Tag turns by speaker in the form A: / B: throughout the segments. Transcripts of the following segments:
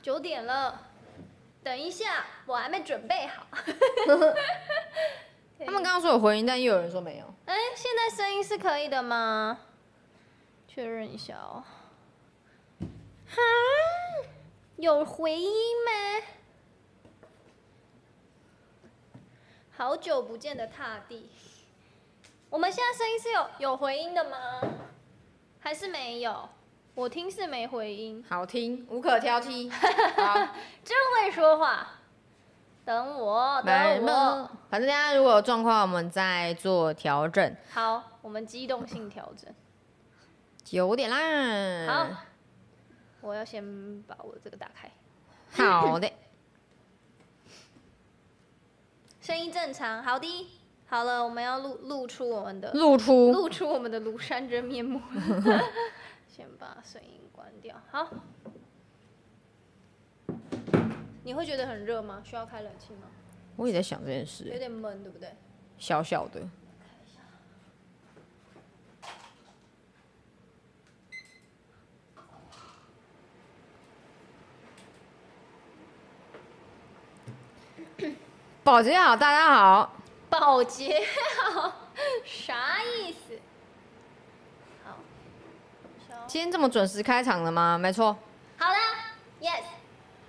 A: 九点了，等一下，我还没准备好。
B: 他们刚刚说有回音，但又有人说没有。
A: 哎，现在声音是可以的吗？确认一下哦。哈，有回音吗？好久不见的踏地，我们现在声音是有有回音的吗？还是没有？我听是没回音，
B: 好听，无可挑剔。 好，
A: 真会说话。等我，
B: 来
A: 等我。
B: 反正大家如果有状况，我们再做调整。
A: 好，我们机动性调整。
B: 九点啦。
A: 好，我要先把我这个打开，
B: 好， 的。
A: 声音正常，好的。好了，我们要露露出我们的
B: 露出
A: 露出我们的庐山真面目。 先把声音关掉。好，你会觉得很热吗？需要开冷气吗？
B: 我也在想这件
A: 有
B: 事，
A: 点闷，对不对？
B: 小小 的。保洁好，大家好。
A: 保洁好，啥意思？好，小
B: 今天这么准时开场了吗？没错，
A: 好的，Yes，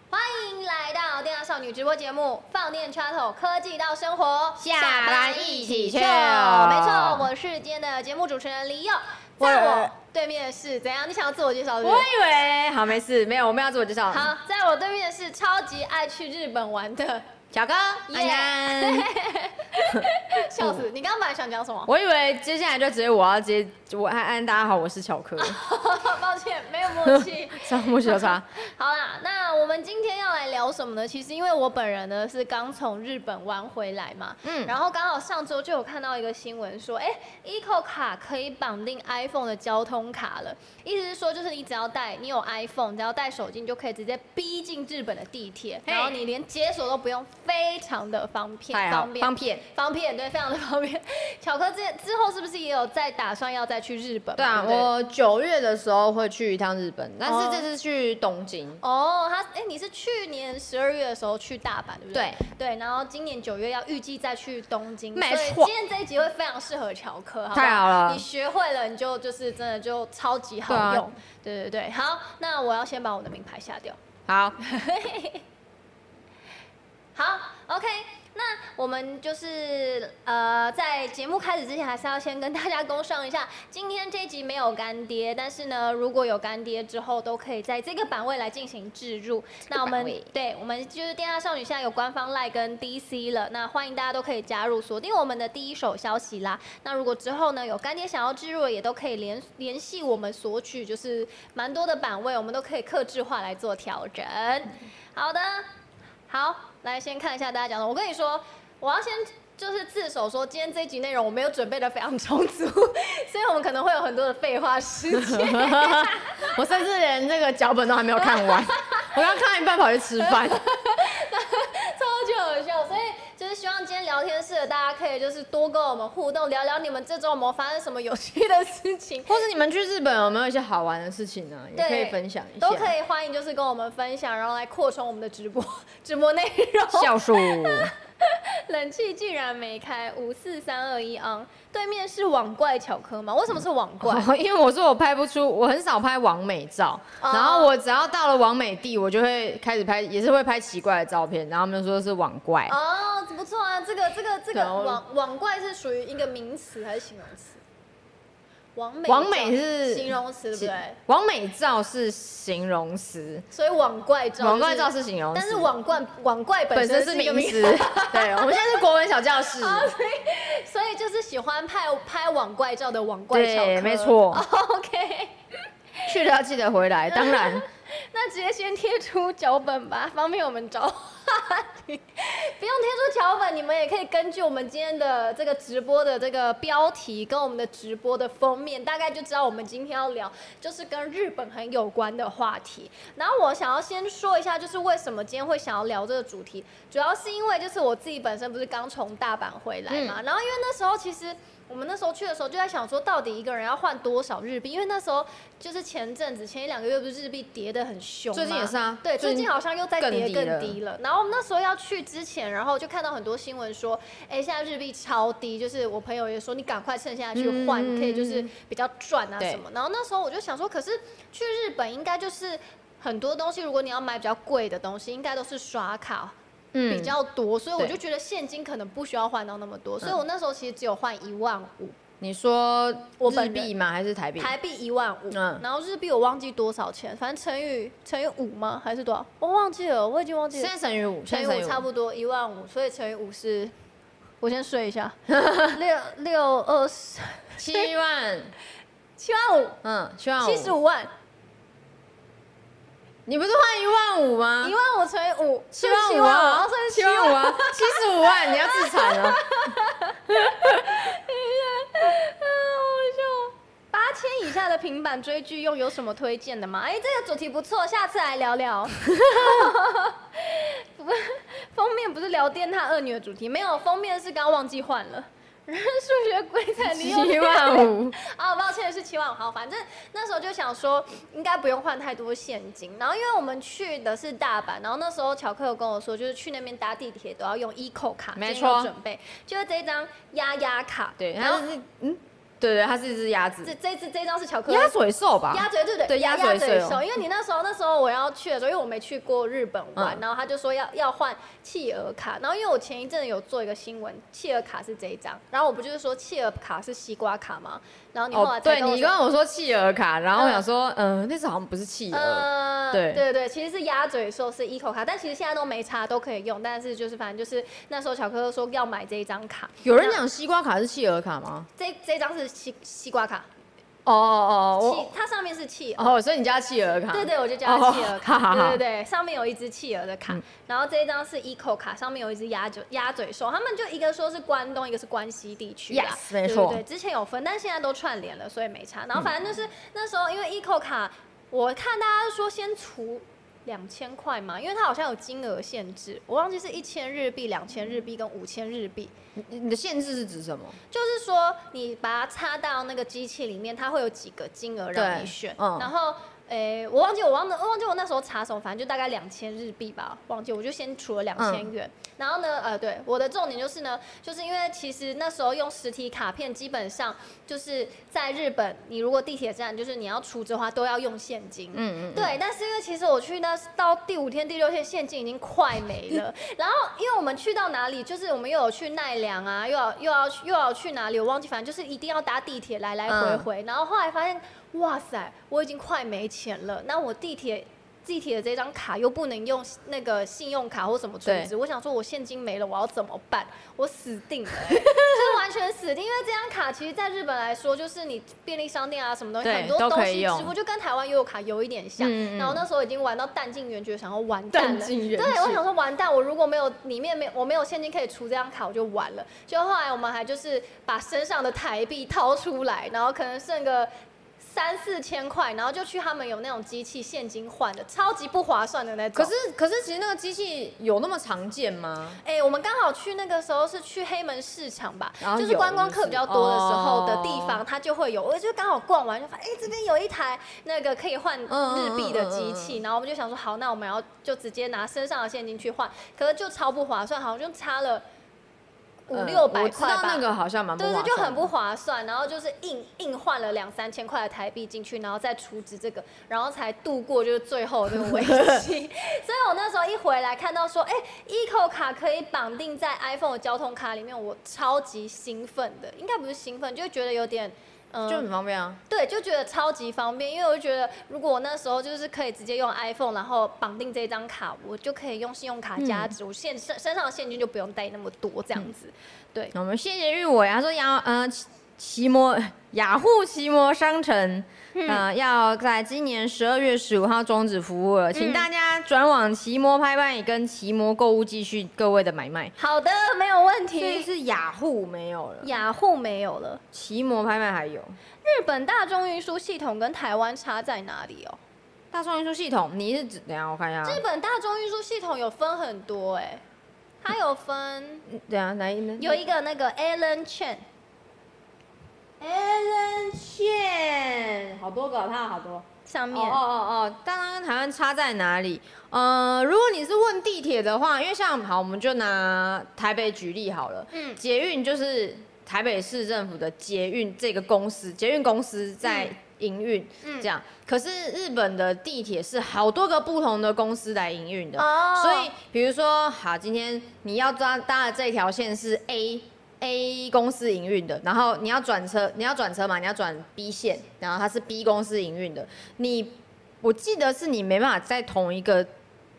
A: 欢迎来到电脑少女直播节目《放电插头科技到生活》，
B: 下班一起 chill
A: 没错，我是今天的节目主持人李佑，在
B: 我
A: 我对面是怎样？你想要自我介绍是
B: 我
A: 不是？
B: 以为好没事，没有，我们要自我介绍。，
A: 好，在我对面是超级爱去日本玩的，
B: 小哥，安
A: 耶
B: 安。
A: 笑死！
B: 嗯
A: 你刚刚本来想讲什么？
B: 我以为接下来就直接我要接我安安，大家好，我是巧 克，
A: 抱歉，没有默契。
B: 上木小茶。
A: 好啦，那我们今天要来聊什么呢？其实因为我本人呢是刚从日本玩回来嘛，
B: 嗯
A: 然后刚好上周就有看到一个新闻说，哎、e c o 卡可以绑定 iPhone 的交通卡了，意思是说就是你只要带你有 iPhone，只要带手机，你就可以直接逼进日本的地铁，
B: 嘿
A: 然后你连解锁都不用，非常的方便，
B: 太好
A: 方，便，
B: 方便。
A: 方便，对，非常的方便。 巧克之之后是不是也有在打算要再去日本嘛？
B: 对啊，
A: 不对
B: 我九月的时候会去一趟日本，但
A: 哦
B: 是这次去东京。
A: 哦，他哎、你是去年十二月的时候去大阪，对不对？
B: 对
A: 对，然后今年九月要预计再去东京，
B: 没
A: 所以
B: 错
A: 今天这一集会非常适合乔科，好不
B: 太好了
A: 你学会了，你就就是真的就超级好
B: 对啊
A: 用。对对对，好，那我要先把我的名牌下掉。
B: 好，
A: 好，OK。那我们就是呃，在节目开始之前，还是要先跟大家工商一下，今天这一集没有干爹，但是呢，如果有干爹之后，都可以在这个版位来进行置入。那我
B: 版位
A: 们对，我们就是电大少女现在有官方 LINE 跟 DC 了，那欢迎大家都可以加入，锁定我们的第一手消息啦。那如果之后呢有干爹想要置入的，也都可以联联系我们索取，就是蛮多的版位，我们都可以克制化来做调整。
B: 嗯
A: 好的，好，来先看一下大家讲的。我跟你说，我要先就是自首说，今天这一集内容我没有准备的非常充足， 所以我们可能会有很多的废话时 间。
B: 我甚至连这个脚本都还没有看 完，我刚看到一半跑去吃饭。
A: 超级好笑，所以就是希望今天聊天室的大家可以就是多跟我们互动，聊聊你们这周有没有发生什么有趣的事 情。
B: 或是你们去日本有没有一些好玩的事情呢？也可以
A: 对
B: 分享一下。
A: 都可以，欢迎就是跟我们分享，然后来扩充我们的直播直播内容。
B: 笑鼠，
A: 冷气竟然没开，五四三二一昂，对面是网怪巧科吗？为什么是网怪？
B: 因为我说我拍不出，我很少拍完美照，
A: 哦
B: 然后我只要到了完美地，我就会开始拍，也是会拍奇怪的照片，然后他们就说是网怪。
A: 哦，不错啊，这个这个这
B: 对
A: 个
B: 我
A: 网网怪是属于一个名词还是形容词？网美
B: 网美是
A: 形容词，对不对？
B: 完美照是形容词，
A: 所以网怪照、
B: 网怪照是形容词，
A: 但是网怪网怪
B: 本
A: 本
B: 身
A: 身
B: 是
A: 是一个
B: 名
A: 名哦
B: 词。 对，我们现在是国文小 教室，
A: 所以就是喜欢拍拍网怪照的网怪巧
B: 对
A: 科
B: 没错
A: OK，
B: 去了要记得回来。当然，
A: 那直接先贴出脚本吧，方便我们找话题。不用贴出脚本，你们也可以根据我们今天的这个直播的这个标题跟我们的直播的封面，大概就知道我们今天要聊就是跟日本很有关的话题。然后我想要先说一下，就是为什么今天会想要聊这个
B: 嗯
A: 主题，主要是因为就是我自己本身不是刚从大阪回来嘛，然后因为那时候其实。我们那时候去的时候就在想说，到底一个人要换多少日币？因为那时候就是前阵子前一两个月不是日币跌得很凶嘛，
B: 最近也是啊
A: 对，最
B: 最近
A: 近好像又在
B: 更
A: 跌
B: 低
A: 更
B: 了
A: 低了。然后我们那时候要去之前，然后就看到很多新闻说，哎、现在日币超低，就是我朋友也说你赶快趁现在去换，
B: 嗯
A: 可以就是比较赚啊
B: 对
A: 什么。然后那时候我就想说，可是去日本应该就是很多东西，如果你要买比较贵的东西，应该都是刷卡
B: 嗯
A: 比较多，所以我
B: 对
A: 就觉得现金可能不需要换到那么
B: 嗯
A: 多，所以我那时候其实只有换一万五
B: 你说
A: 我
B: 日
A: 本人
B: 币吗？还是台币？
A: 台币一万五，
B: 嗯
A: 然后日币我忘记多少钱，反正乘以乘以五吗？还是多少？我忘记了，我已经忘记
B: 现
A: 了
B: 在。乘以五，
A: 乘
B: 现
A: 以
B: 在乘以
A: 五
B: 五
A: 差不多一万五，所以乘以五是，我先睡一下， 六六二十
B: 七万，
A: 七万五，
B: 嗯，七万五，
A: 七十。五万，
B: 你不是换一万五吗
A: 一？万五乘以五，
B: 啊七
A: 就是
B: 万
A: 七
B: 五
A: 万五，然
B: 啊
A: 后算，是
B: 七
A: 七万
B: 万五啊，七十五万，你要自残啊了。
A: 八千以下的平板追剧用有什么推荐的吗？哎，这个主题不错，下次来聊 聊。不封面不是聊电他二女的主题，没有封面是刚忘记换了。人数学规 则你有
B: 七万五，
A: 啊，抱歉是七万五。好，反正那时候就想说，应该不用换太多现金。然后因为我们去的是大阪，然后那时候巧克有跟我说，就是去那边搭地铁都要用 eco 卡，
B: 没
A: 今天有
B: 错
A: 准备就是这一张压压卡。
B: 对，
A: 然
B: 它
A: 后
B: 是嗯，对对，它是一只鸭子
A: 这，这这这张是巧克力
B: 鸭嘴兽吧？
A: 鸭嘴对对
B: 对
A: 鸭
B: 鸭
A: 鸭
B: 嘴
A: 嘴
B: 兽
A: 兽，因为你那时候那时候我要去的时候，因为我没去过日本玩，
B: 嗯
A: 然后他就说要要换企鹅卡，然后因为我前一阵子有做一个新闻，企鹅卡是这一张，然后我不就是说企鹅卡是西瓜卡吗？然后你后来
B: 哦，
A: 才
B: 对
A: 跟我
B: 你
A: 说
B: 跟我说企鹅卡，然后我
A: 嗯
B: 想说，嗯，那次好像不是企鹅，
A: 呃，
B: 对
A: 对对，其实是鸭嘴兽是 eco 卡，但其实现在都没差，都可以用。但是就是反正就是那时候小哥说要买这一张卡，
B: 有人讲西瓜卡是企鹅卡吗？
A: 这这张是西西瓜卡，
B: 哦哦哦，
A: 嗯企
B: 我
A: 它上面是企鹅。
B: 哦，所以你家企鹅卡？
A: 对对，我就叫它企鹅
B: 哦
A: 卡。
B: 好好
A: 对
B: 好嗯
A: 对对，上面有一只企鹅的卡，然后这一张是 eco 卡，上面有一只鸭嘴鸭嘴兽。他们就一个说是关东，一个是关西地区啊。
B: Yes，没错
A: 对对对，之前有分，但现在都串联了，所以没差。然后反正
B: 嗯
A: 就是那时候因为 eco 卡，我看大家说先除。两千块嘛，因为它好像有金额限制，我忘记是一千日币、两千日币跟五千日币。
B: 你你的限制是指什么？
A: 就是说，你把它插到那个机器里面，它会有几个金额让你
B: 对
A: 选。
B: 嗯
A: 然后，诶、我忘记我忘了，我忘记我那时候查什么，反正就大概两千日币吧，忘记我就先除了两千
B: 嗯
A: 元。然后呢，呃，对，我的重点就是呢，就是因为其实那时候用实体卡片，基本上就是在日本，你如果地铁站就是你要储值的话，都要用现金。
B: 嗯嗯，
A: 对，但是因为其实我去那到第五天、第六天，现金已经快没 了。然后因为我们去到哪里，就是我们又有去奈良啊，又要又要又要去哪里，我忘记，反正就是一定要搭地铁来来
B: 嗯
A: 回回。然后后来发现，哇塞，我已经快没钱了。那我地铁。地铁的这张卡又不能用那个信用卡或什么储
B: 对
A: 值，我想说我现金没了，我要怎么办？我死 定了、欸，就是完全死定。因为这张卡其实在日本来说，就是你便利商店啊什么东西
B: 对
A: 很多
B: 都
A: 东
B: 可以
A: 西
B: 用
A: 支付，就跟台湾悠游卡有一点像。
B: 嗯嗯
A: 然后那时候已经玩到弹尽援绝，想要完蛋了。
B: 尽
A: 对，我想说完蛋，我如果没有里面没我没有现金可以出这张卡，我就完了。就后来我们还就是把身上的台币掏出来，然后可能剩个三四千块，然后就去他们有那种机器现金换的，超级不划算的那种。
B: 可是可是其实那个机器有那么常见吗？
A: 哎、我们刚好去那个时候是去黑门市场吧，
B: 然后
A: 就是
B: 哦有哦
A: 观光客比较多的时候的地
B: 就
A: 方，它就会有。我就刚好逛完就发现，哎、这边有一台那个可以换
B: 嗯
A: 日币的机器，然后我们就想说，好，那我们要就直接拿身上的现金去换，可是就超不划算，好像就差了五
B: 嗯
A: 六百
B: 我知
A: 块
B: 道
A: 吧。
B: 那个好像蛮不
A: 对
B: 划
A: 对，
B: 算
A: 就很
B: 的
A: 不划算，然后就是硬硬换了两三千块的台币进去，然后再除值这个，然后才度过就是最后这个危 机。所以我那时候一回来看到说，哎、e c o 卡可以绑定在 iPhone 的交通卡里面，我超级兴奋的，应该不是兴奋，就觉得有点。嗯，
B: 就很方便啊。
A: 对，就觉得超级方便，因为我就觉得如果我那时候就是可以直接用 iPhone，然后绑定这张卡，我就可以用信用卡
B: 嗯
A: 加值，我现身身上的现金就不用带那么多这样子。对，
B: 我们谢谢玉伟，他说雅呃奇奇摩雅虎奇摩商城，呃要在今年十二月十五号终止服务了，请大家转往奇摩拍卖跟奇摩购物继续各位的买卖。
A: 好的，没有问
B: 所
A: 题。
B: 以是雅虎没有了，
A: 雅虎没有了，
B: 奇摩拍卖还有。
A: 日本大众运输系统跟台湾差在哪里哦？
B: 大众运输系统，你是指等一下我看一下，啊
A: 日本大众运输系统有分很多哎、它有分
B: 等一下哪一呢？
A: 有一个那个 Alan Chen，
B: Alan Chen，好多个，他有好多。
A: 上
B: 哦
A: 面。
B: 哦哦哦，当然跟台湾差在哪里？呃，如果你是问地铁的话，因为像好，我们就拿台北举例好了。
A: 嗯
B: 捷运就是台北市政府的捷运这个公司，捷运公司在营运，
A: 嗯
B: 这样。可是日本的地铁是好多个不同的公司来营运的，
A: 哦
B: 所以比如说，好，今天你要抓搭的这条线是 A。A 公司营运的，然后你要转车，你要转车嘛，你要转 B 线，然后它是 B 公司营运的。你，我记得是你没办法在同一个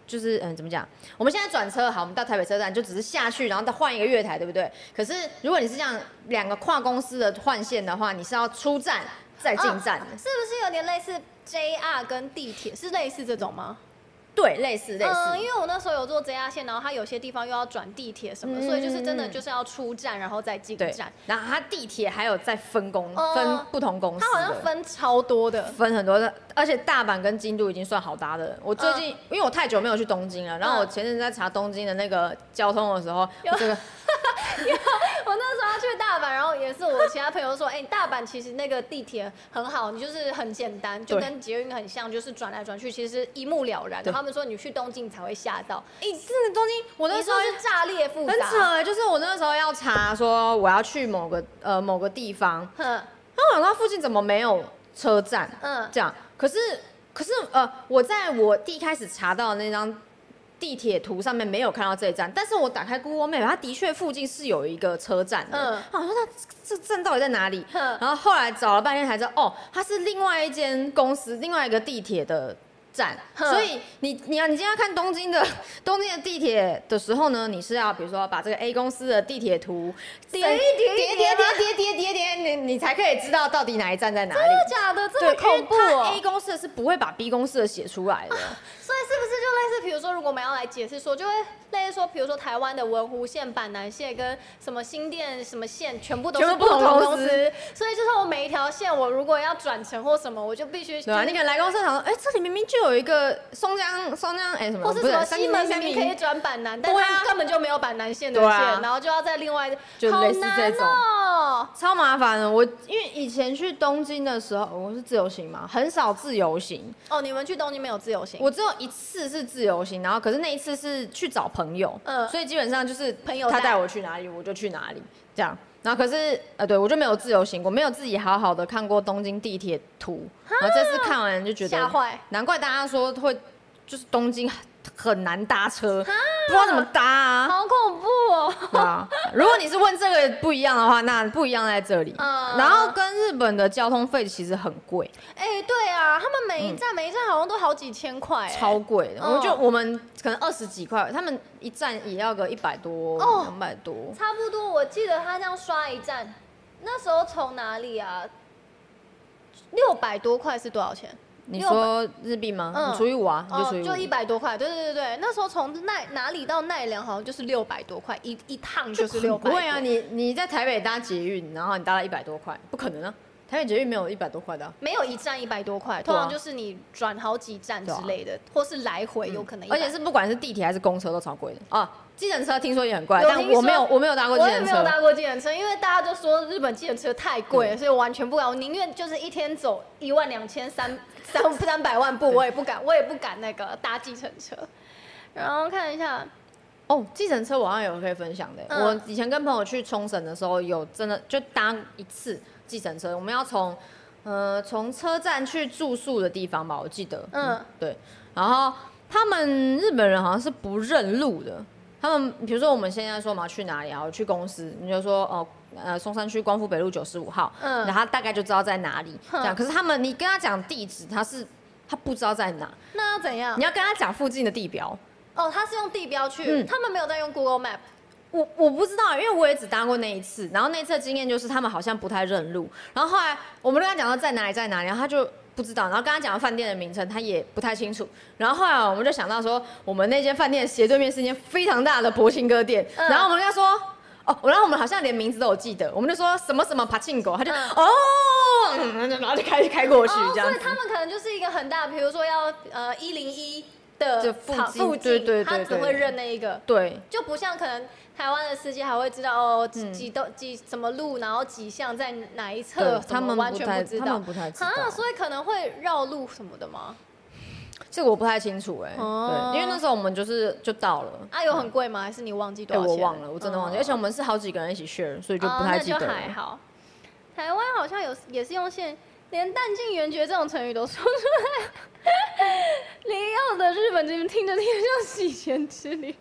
B: 就是嗯，怎么讲？我们现在转车好，我们到台北车站就只是下去，然后再换一个月台，对不对？可是如果你是这样两个跨公司的换线的话，你是要出站再进站的，
A: 是不是有点类似 JR 跟地铁是类似这种吗？
B: 对，类似类似。
A: 嗯，因为我那时候有坐 JR 线，然后它有些地方又要转地铁什么，
B: 嗯
A: 所以就是真的就是要出站然后再进
B: 对
A: 站，，
B: 然后它地铁还有在分工、
A: 哦
B: 分不同公司的，
A: 它好像分超多的。
B: 分很多的，而且大阪跟京都已经算好搭的了。我最近、因为我太久没有去东京了，然后我前阵子在查东京的那个交通的时候，我这个
A: 我那时候要去大阪，然后也是我其他朋友说，哎、大阪其实那个地铁很好，你就是很简单，就
B: 对
A: 跟捷运很像，就是转来转去，其实一目了然。
B: 对
A: 他们说你去东京才会吓到，
B: 哎、真的东京，我那
A: 你
B: 时候
A: 说是炸裂复
B: 很
A: 杂，
B: 扯哎、就是我那时候要查说我要去某个呃某个地方，
A: 哼，
B: 然后我想到附近怎么没有车站，
A: 嗯
B: 这样，可是可是呃，我在我第一开始查到的那张。地铁图上面没有看到这一站，但是我打开 Google Map，它的确附近是有一个车站的。
A: 嗯
B: 嗯，我说那这这站到底在哪里？
A: 嗯
B: 然后后来找了半天才知道，哦，它是另外一间公司，另外一个地铁的站。
A: 嗯
B: 所以你你要你今天要看东京的 东京的地铁的时候呢，你是要比如说把这个 A 公司的地铁图
A: 叠一叠一
B: 叠
A: 叠
B: 叠
A: 吗
B: 叠叠叠叠，你你才可以知道到底哪一站在哪里
A: 真。的假的？这
B: 对，
A: 么恐怖
B: 因为
A: 哦、
B: 它 A 公司的是不会把 B 公司的写出来 的。
A: 所以是不是就类似，比如说，如果我们要来解释说，就会类似说，比如说台湾的文湖线、板南线跟什么新店什么线，全部都是
B: 全部不同
A: 同
B: 公
A: 司。
B: 司
A: 所以就是我每一条线，我如果要转乘或什么，我就必须
B: 对啊，那个来公司想说，哎、这里明明就有一个松江松江哎、什么，
A: 或是
B: 不
A: 什么
B: 三
A: 西门
B: 三
A: 明明可以转板南，但
B: 对啊
A: 他们根本就没有板南线的
B: 对
A: 线，
B: 啊
A: 然后就要在另外
B: 就
A: 好
B: 类似
A: 难
B: 这种
A: 哦。
B: 超麻烦的。我因为以前去东京的时候，我是自由行嘛，很少自由行，
A: 哦，你们去东京没有自由行？
B: 我只有一次是自由行，然后可是那一次是去找朋友，
A: 嗯
B: 所以基本上就是
A: 朋友带
B: 他带我去哪里，我就去哪里这样。然后可是呃，对我就没有自由行过，没有自己好好的看过东京地铁图。然后这次看完就觉
A: 吓
B: 得
A: 坏
B: 难怪大家说会就是东京很很难搭车，不知道怎么搭啊。
A: 好恐怖哦。
B: 对啊，如果你是问这个不一样的话，那不一样在这里。
A: 嗯
B: 然后跟日本的交通费其实很贵，
A: 哎、对啊，他们每一站、每一站好像都好几千块、哎
B: 嗯超贵的。我
A: 嗯
B: 觉得我们可能二十几块，他们一站也要个一百多、
A: 哦
B: 两百多。
A: 差不多，我记得他这样刷一站，那时候从哪里啊？六百多块是多少钱？
B: 你
A: 六百
B: 说日币吗？
A: 嗯
B: 你除以五啊，你就除以五，
A: 就一百多块，对对对对，那时候从奈哪里到奈良好像就是六百多块，一一趟就是六百。
B: 贵啊！你你在台北搭捷运，然后你搭了一百多块，不可能啊！台北捷运没有一百多块的啊、
A: 没有一站一百多块，
B: 对
A: 通
B: 啊
A: 常就是你转好几站之类的，或是来回有可能100。
B: 嗯而且是不管是地铁还是公车都超贵的啊。计程车听说也很贵，啊
A: 有
B: 但
A: 听
B: 我没有
A: 说
B: 我没有搭过计
A: 我也
B: 程
A: 没有搭
B: 车。
A: 过计程车，因为大家都说日本计程车太贵
B: 嗯
A: 了，所以我完全不敢。我宁愿就是一天走一万两千三 三三百万
B: 嗯
A: 步，我也不敢，我也不敢那个搭计程车。然后看一下，
B: 哦，计程车我好像有可以分享的、欸
A: 嗯
B: 我以前跟朋友去冲绳的时候，有真的就搭一次计程车，我们要从呃从车站去住宿的地方吧，我记得。
A: 嗯
B: 对。然后他们日本人好像是不认路的，他们比如说我们现在说我们要去哪里啊，我去公司，你就说哦。呃，松山区光复北路九十五号，
A: 嗯
B: 然后他大概就知道在哪里。
A: 哼
B: 这样，可是他们，你跟他讲地址，他是他不知道在哪，
A: 那要怎样
B: 你？要跟他讲附近的地标。
A: 哦，他是用地标去，
B: 嗯
A: 他们没有在用 Google Map。
B: 我我不知道，因为我也只搭过那一次，然后那次的经验就是他们好像不太认路，然后后来我们跟他讲到在哪里在哪里，然后他就不知道，然后跟他讲饭店的名称，他也不太清楚，然后后来我们就想到说，我们那间饭店斜对面是一间非常大的博庆哥店，
A: 嗯
B: 然后我们跟他说。哦，然后我们好像连名字都有记得，我们就说什么什么帕庆狗，他就、
A: 嗯
B: 哦，嗯然后就开开过去
A: 哦，
B: 这样
A: 所
B: 子
A: 以。他们可能就是一个很大，比如说要呃一零一。的
B: 就
A: 附
B: 附
A: 近，
B: 近对对对
A: 他只
B: 对
A: 会认那一个，
B: 对，
A: 就不像可能台湾的司机还会知道哦几几都几什么路，然后几巷在哪一侧，
B: 嗯对
A: 什
B: 他
A: 么
B: 们
A: 完
B: 不
A: 全
B: 太
A: 不知
B: 他
A: 道
B: 们不太知道
A: 啊，所以可能会绕路什么的吗？
B: 这个我不太清楚哎、
A: 哦
B: 对，因为那时候我们就是就到了，
A: 啊，有很贵吗？还是你忘记多
B: 嗯哎、
A: 少钱？
B: 我忘了，我真的忘记，
A: 嗯
B: 而且我们是好几个人一起 share，所以就不
A: 哦
B: 太记得
A: 那
B: 了。
A: 就还好。台湾好像有也是用现，连“弹尽援绝”这种成语都说出 来。林耀的日本这边听着听着像洗钱之旅，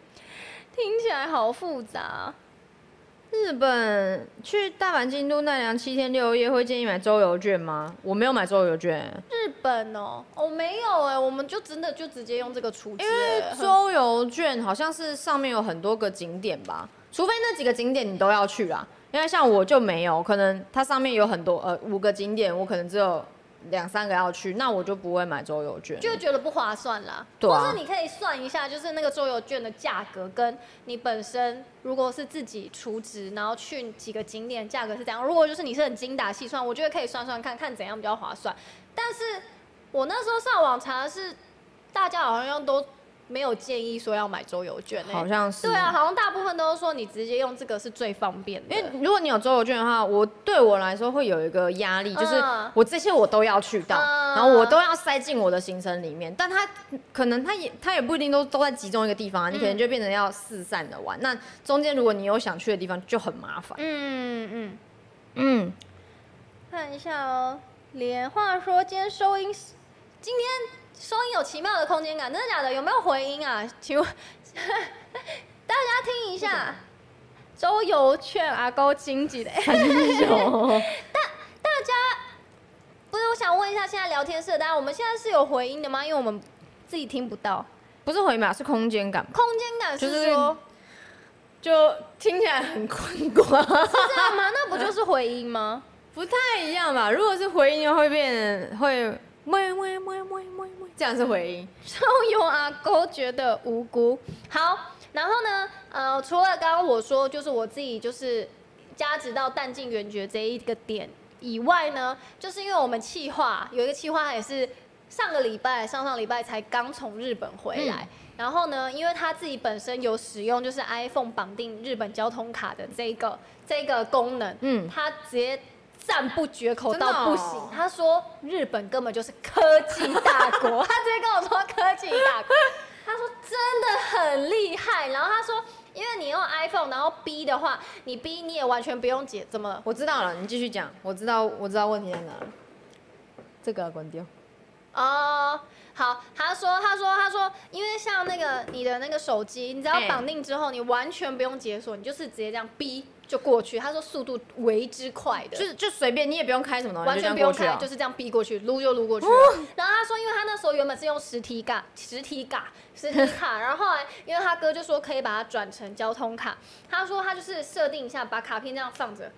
A: 听起来好复杂。啊
B: 日本去大阪、京都、奈良七天六夜，会建议买周游券吗？我没有买周游券，
A: 日本哦，哦没有哎、我们就真的就直接用这个出资、
B: 因为
A: 欸。
B: 周游券好像是上面有很多个景点吧，除非那几个景点你都要去啦。因为像我就没有，可能它上面有很多呃五个景点，我可能只有两三个要去，那我就不会买周游券。
A: 就觉得不划算啦，
B: 对啊
A: 或是你可以算一下，就是那个周游券的价格跟你本身如果是自己储值，然后去几个景点价格是怎样。如果就是你是很精打细算，我觉得可以算算看看怎样比较划算。但是我那时候上网查的是，大家好像都没有建议说要买周游券、欸，
B: 好像是
A: 对啊，好像大部分都是说你直接用这个是最方便的，
B: 因为如果你有周游券的话，我对我来说会有一个压力，就是
A: 嗯
B: 我这些我都要去到，
A: 嗯
B: 然后我都要塞进我的行程里面。但它可能它也它也不一定都都在集中一个地方啊，你可能就变成要四散的玩。那中间如果你有想去的地方就很麻烦。
A: 嗯嗯。
B: 嗯，
A: 看一下哦，连话说今天收音，今天收音有奇妙的空间感，真的假的？有没有回音啊？请问 大家听一
B: 嗯
A: 下，周游券阿勾经济的，不是？我想问一下，现在聊天室的大家，我们现在是有回音的吗？因为我们自己听不到，
B: 不是回马是空间 感吧，
A: 空间感
B: 就是是
A: 说、
B: 就听起来很困惑，
A: 是、这样吗？那不就是回音吗？
B: 不太一样吧？如果是回音的话会变会喂喂喂喂喂喂，这样是回音。
A: 周游阿勾觉得无辜。好，然后呢，呃，除了刚刚我说，就是我自己就是加值到弹尽援绝这一个点以外呢，就是因为我们企划有一个企划也是上个礼拜、上上礼拜才刚从日本回来。然后呢，因为他自己本身有使用就是 iPhone 绑定日本交通卡的这一个这个功能，嗯，
B: 嗯
A: 他直接赞不绝口
B: 真的
A: 到不行，
B: 哦
A: 他说日本根本就是科技大 国，他直接跟我说科技大国，他说真的很厉害，然后他说。因为你用 iPhone，然后 B 的话，你 B 你也完全不用解怎么
B: 我知道了，你继续讲，我知道，我知道问题在哪了。这个要关掉。
A: 哦。好，他说他说他说，因为像那个你的那个手机，你只要
B: 哎
A: 绑定之后，你完全不用解锁，你就是直接这样 B 就过去。他说速度为之快的，
B: 就是就随便，你也不用开什么东西，
A: 完
B: 就这
A: 全
B: 样
A: 不用
B: 过去哦
A: 开
B: 啊，
A: 就是这样逼过去，撸就撸过去了。然后他说，因为他那时候原本是用实体卡、实体卡、实体卡，然后后来因为他哥就说可以把它转成交通卡，他说他就是设定一下，把卡片这样放着，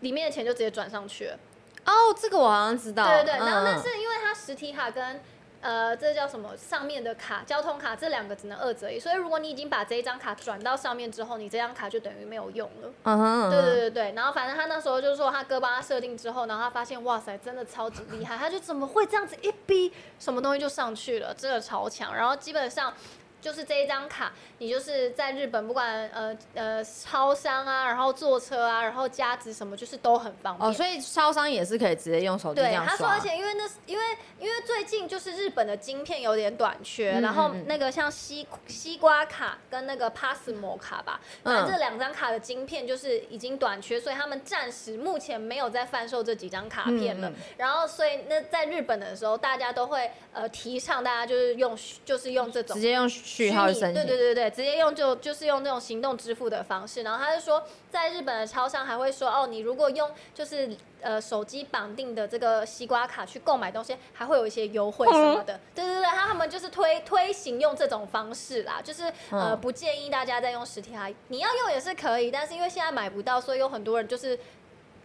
A: 里面的钱就直接转上去了。
B: 哦，这个我好像知道。
A: 对对对，然后
B: 嗯
A: 但是因为它实体卡跟呃，这叫什么？上面的卡，交通卡这两个只能二择一，所以如果你已经把这一张卡转到上面之后，你这张卡就等于没有用了。
B: 嗯哼，嗯哼
A: 对对对对，然后反正他那时候就说他哥帮他设定之后，然后他发现哇塞，真的超级厉害，他就怎么会这样子一逼，什么东西就上去了，真的超强。然后基本上就是这一张卡，你就是在日本不管呃呃超商啊，然后坐车啊，然后加值什么，就是都很方便。
B: 哦，所以超商也是可以直接用手机这
A: 对，
B: 样
A: 他说，
B: 刷
A: 而。且因为那是因为因为最近就是日本的晶片有点短缺，
B: 嗯
A: 然后
B: 嗯嗯
A: 那个像西西瓜卡跟那个 Passmo 卡吧，
B: 嗯
A: 反正这两张卡的晶片就是已经短缺，所以他们暂时目前没有在贩售这几张卡片了。
B: 嗯嗯
A: 然后，所以那在日本的时候，大家都会呃提倡大家就是用就是用这种
B: 直接用序号
A: 拟
B: 申请。
A: 对对对对，直接用就就是用那种行动支付的方式。然后他就说，在日本的超商还会说，哦，你如果用就是呃手机绑定的这个西瓜卡去购买东西，还会有一些优惠什么的。对对对，他他们就是推推行用这种方式啦，就是呃
B: 嗯
A: 不建议大家再用实体卡，你要用也是可以，但是因为现在买不到，所以有很多人就是。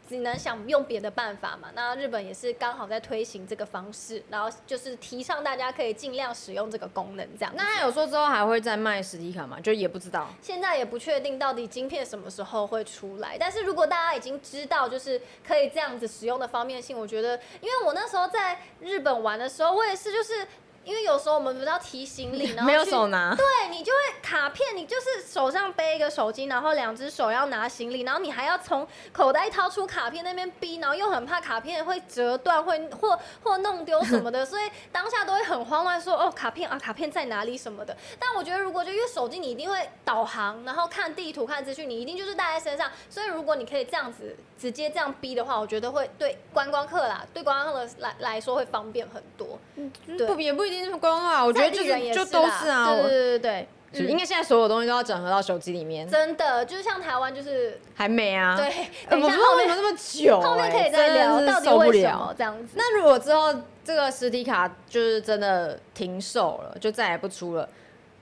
A: 只能想用别的办法嘛。那日本也是刚好在推行这个方式，然后就是提倡大家可以尽量使用这个功能，这样。
B: 那他有说之后还会再卖实体卡吗？就也不知道。
A: 现在也不确定到底晶片什么时候会出来，但是如果大家已经知道就是可以这样子使用的方便性，我觉得，因为我那时候在日本玩的时候，我也是就是。因为有时候我们不是要提行 李，然后
B: 没有
A: 去
B: 手拿，
A: 对你就会卡片，你就是手上背一个手机，然后两只手要拿行李，然后你还要从口袋掏出卡片那边逼，然后又很怕卡片会折断，会 或或弄丢什么的，所以当下都会很慌乱说，哦卡片啊卡片在哪里什么的。但我觉得如果就因为手机你一定会导航，然后看地图看资讯，你一定就是带在身上，所以如果你可以这样子直接这样逼的话，我觉得会对观光客啦，对观光客来来说会方便很多。对
B: 不也不一定是观光啊，我觉得就
A: 在地人也
B: 是就是都
A: 啦
B: 是啊，
A: 对
B: 我
A: 对对对
B: 就
A: 对。嗯
B: 应该现在所有东西都要整合到手机里面，
A: 真的，就是像台湾，就是、
B: 还没啊。
A: 对，
B: 呃，
A: 等
B: 我
A: 一下
B: 不知道
A: 后
B: 为什么
A: 面
B: 这么久、
A: 后面可以
B: 哎
A: 再聊
B: 真的
A: 到
B: 是
A: 底
B: 受不
A: 为什
B: 了
A: 么。这样子。
B: 那如果之后这个实体卡就是真的停售了，就再也不出了，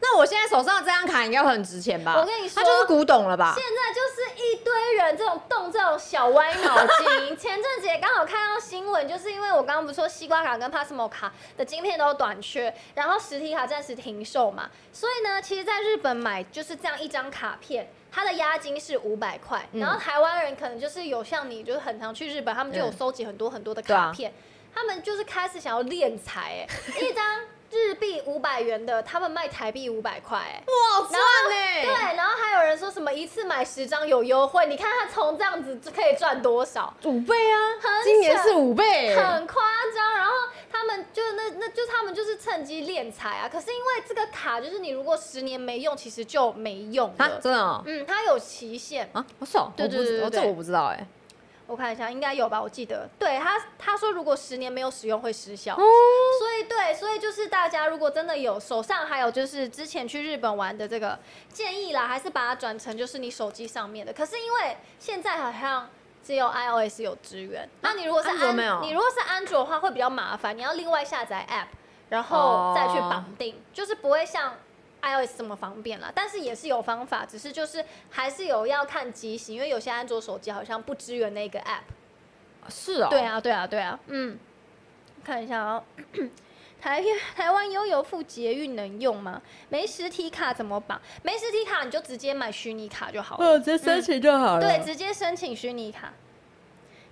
B: 那我现在手上的这张卡应该会很值钱吧？
A: 我跟你说
B: 它就是古董了吧
A: 现？在就是一堆人这种动这种小歪脑 筋。前阵子也刚好看到新闻，就是因为我刚刚不是说西瓜卡跟 Passmo 卡的晶片都短缺，然后实体卡暂时停售嘛，所以呢，其实在日本买就是这样一张卡片。它的押金是五百块，
B: 嗯
A: 然后台湾人可能就是有像你，就是很常去日本，他们就有
B: 嗯
A: 收集很多很多的
B: 对啊
A: 卡片，他们就是开始想要敛财，哎， 一张日币五百元的，他们卖台币五百块，哎，
B: 哇，好赚呢、
A: 对，然后还有人说什么一次买十张有优惠，你看他从这样子就可以赚多少，
B: 五倍啊
A: 很，
B: 今年
A: 扯
B: 是五倍、哎
A: 很夸张。然后他们就那那就他们就是趁机敛财啊。可是因为这个卡，就是你如果十年没用，其实就没用
B: 啊，
A: 了。
B: 真的哦、
A: 嗯，它有期限，
B: 啊，我手，
A: 对
B: 我
A: 对
B: 不知
A: 对对
B: 我这
A: 对
B: 我不知道哎、
A: 我看一下，应该有吧？我记得，对他他说如果十年没有使用会失效。
B: 哦，
A: 所以对，所以就是大家如果真的有手上还有就是之前去日本玩的这个建议啦，还是把它转成就是你手机上面的。可是因为现在好像只有 iOS 有支援，那你如果是
B: 安卓
A: 安
B: 没有
A: 你如果是安卓的话会比较麻烦，你要另外下载 App，然后再去
B: 哦
A: 绑定，就是不会像。iOS 这么方便啦，但是也是有方法，只是就是还是有要看机型，因为有些安卓手机好像不支援那个 app。
B: 是哦、
A: 对，啊，对啊，对啊，嗯，看一下啊、 台台湾悠游付捷运能用吗？没实体卡怎么绑？没实体卡你就直接买虚拟卡就好了。
B: 嗯，直接申请就好了。
A: 对，直接申请虚拟卡。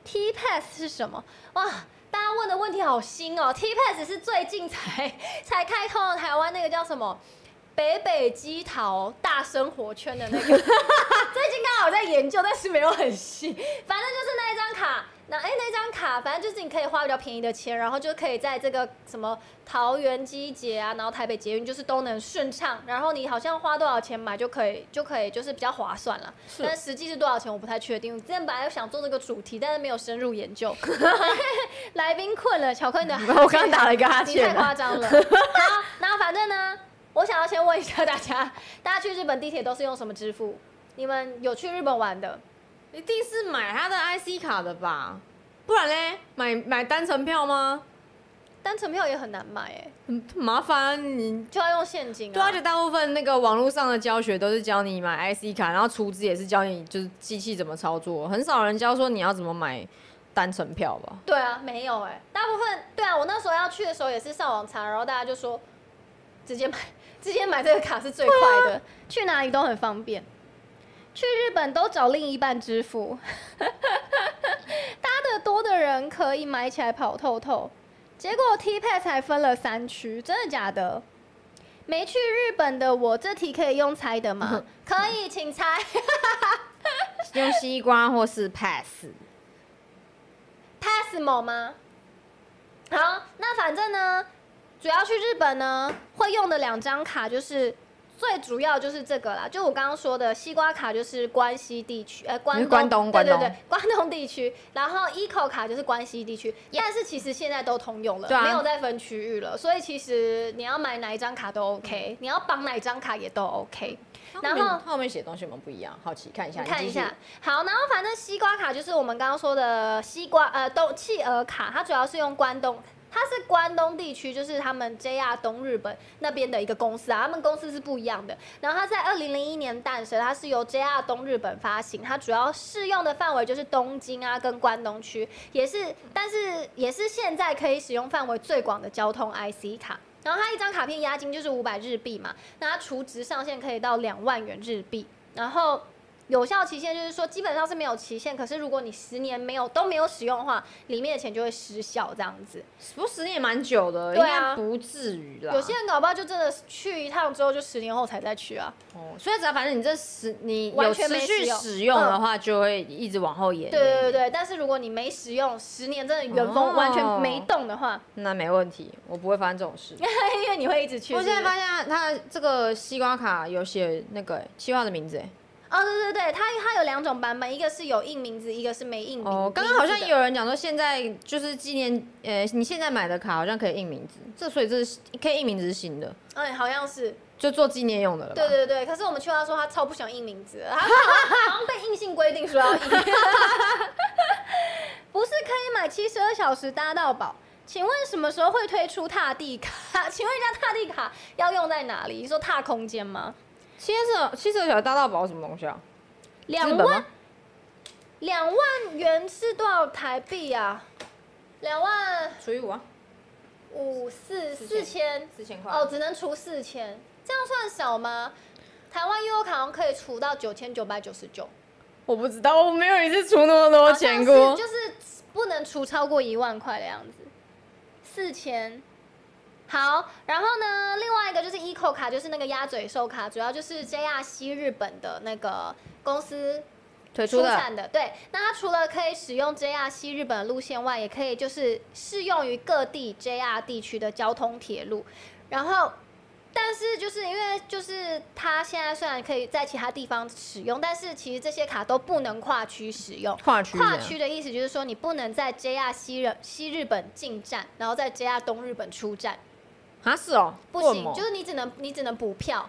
A: T Pass 是什么？哇，大家问的问题好新哦。T Pass 是最近才才开通的台湾那个叫什么？北北基桃大生活圈的那个，最近刚好在研究，但是没有很细。反正就是那一张卡，那哎、那张卡，反正就是你可以花比较便宜的钱，然后就可以在这个什么桃园机捷啊，然后台北捷运就是都能顺畅，然后你好像花多少钱买就可以，就可以就是比较划算了。
B: 是
A: 但实际是多少钱我不太确定。我之前本来有想做这个主题，但是没有深入研究。 来宾困了，巧克力的
B: 我刚刚打了一个哈
A: 你太
B: 欠啊，
A: 夸 张了。好，那反正呢，我想要先问一下大家，大家去日本地铁都是用什么支付？你们有去日本玩的？
B: 一定是买他的 IC 卡的吧？不然嘞，买买单程票吗？
A: 单程票也很难买哎、
B: 很很麻烦你。
A: 就要用现金、啊。
B: 对，而且大部分那个网络上的教学都是教你买 IC 卡，然后储值也是教你就是机器怎么操作，很少人教说你要怎么买单程票 吧？
A: 对啊，没有哎、大部分对啊，我那时候要去的时候也是上网查，然后大家就说直接买， 直接买这个卡是最快的， 去哪里都很方便。去日本都找另一半支付， 搭的多的人可以买起来跑透透。结果 T Pad 才分了三区，真的假的？没去日本的我，这题可以用猜的吗？ 可以，请猜。
B: 用西瓜或是 Pass，
A: Passmo 吗？好，那反正呢，主要去日本呢会用的两张卡就是。最主要就是这个啦，就我刚刚说的西瓜卡就是关西地区，呃，关
B: 你是嗯关东
A: 对
B: 关
A: 对
B: 东
A: 对，关东地区，然后 eco 卡就是关西地区，但是其实现在都通用了，
B: 对啊
A: 没有再分区域了，所以其实你要买哪一张卡都
B: 嗯
A: OK，、你要绑哪一张卡也都 OK。然后
B: 后面写的东西我们不一样，好奇看一下，
A: 你看
B: 你
A: 一
B: 继续
A: 下，，好，然后反正西瓜卡就是我们刚刚说的西瓜呃东企鹅卡，它主要是用关东，它是关东地区，就是他们 JR 东日本那边的一个公司啊，他们公司是不一样的。然后它在二零零一年诞生，它是由 JR 东日本发行，它主要适用的范围就是东京啊跟关东区，也是，但是也是现在可以使用范围最广的交通 IC 卡。然后它一张卡片押金就是五百日币嘛，那它储值上限可以到两万元日币，然后有效期限就是说基本上是没有期限，可是如果你十年没有都没有使用的话，里面的钱就会失效这样子。
B: 不过十年也蛮久的，
A: 对啊
B: 应该不至于啦。
A: 有些人搞不好就真的去一趟之后，就十年后才再去啊。
B: 哦，所以只要反正你这十你有
A: 完全
B: 持
A: 没
B: 续
A: 使用
B: 使用的话，就会一直往后延。
A: 对对对对，但是如果你没使用，十年真的原
B: 哦
A: 封完全没动的话，
B: 那没问题，我不会发生这种 事。
A: 因为你会一直去。
B: 我现在
A: 是不是
B: 发现它这个西瓜卡有写那个西瓜的名字，哎，
A: 哦，对对对，它它有两种版本，一个是有印名字，一个是没印名字的。
B: 哦，刚刚好像有人讲说，现在就是纪念，呃，你现在买的卡好像可以印名字，这所以这是可以印名字是新的，
A: 哎，好像是。
B: 就做纪念用的了吧。
A: 对对对，可是我们去他说他超不想印名字的，他好像被硬性规定说要印。 不是可以买七十二小时搭到宝？请问什么时候会推出踏地卡？ 请问一下，踏地卡要用在哪里？你说踏空间吗？
B: 七十七十小大道宝什么东西啊？
A: 两
B: 日本
A: 万
B: 吗？
A: 两万元是多少台币啊？两万
B: 除以五啊，
A: 五四四
B: 四
A: 千
B: 四千块。
A: 哦，
B: 哦，
A: 只能除四千，这样算少吗？台湾悠游卡好像可以除到九千九百九十九。
B: 我不知道，我没有一次出那么多
A: 好像
B: 钱
A: 是
B: 过。
A: 就是不能出超过一万块的样子，四千。好，然后呢，另外一个就是 eco 卡，就是那个鸭嘴兽卡，主要就是 JR 西日本的那个公司
B: 腿
A: 出
B: 出的，啊
A: 产的。对，那它除了可以使用 JR 西日本的路线外，也可以就是适用于各地 JR 地区的交通铁路。然后，但是就是因为就是它现在虽然可以在其他地方使用，但是其实这些卡都不能跨区使用。
B: 跨区的
A: 跨区的意思就是说，你不能在 JR 西日西日本进站，然后在 JR 东日本出站，
B: 啊是哦，
A: 不
B: 为什
A: 行，
B: 么
A: 就是你只能你只能补票。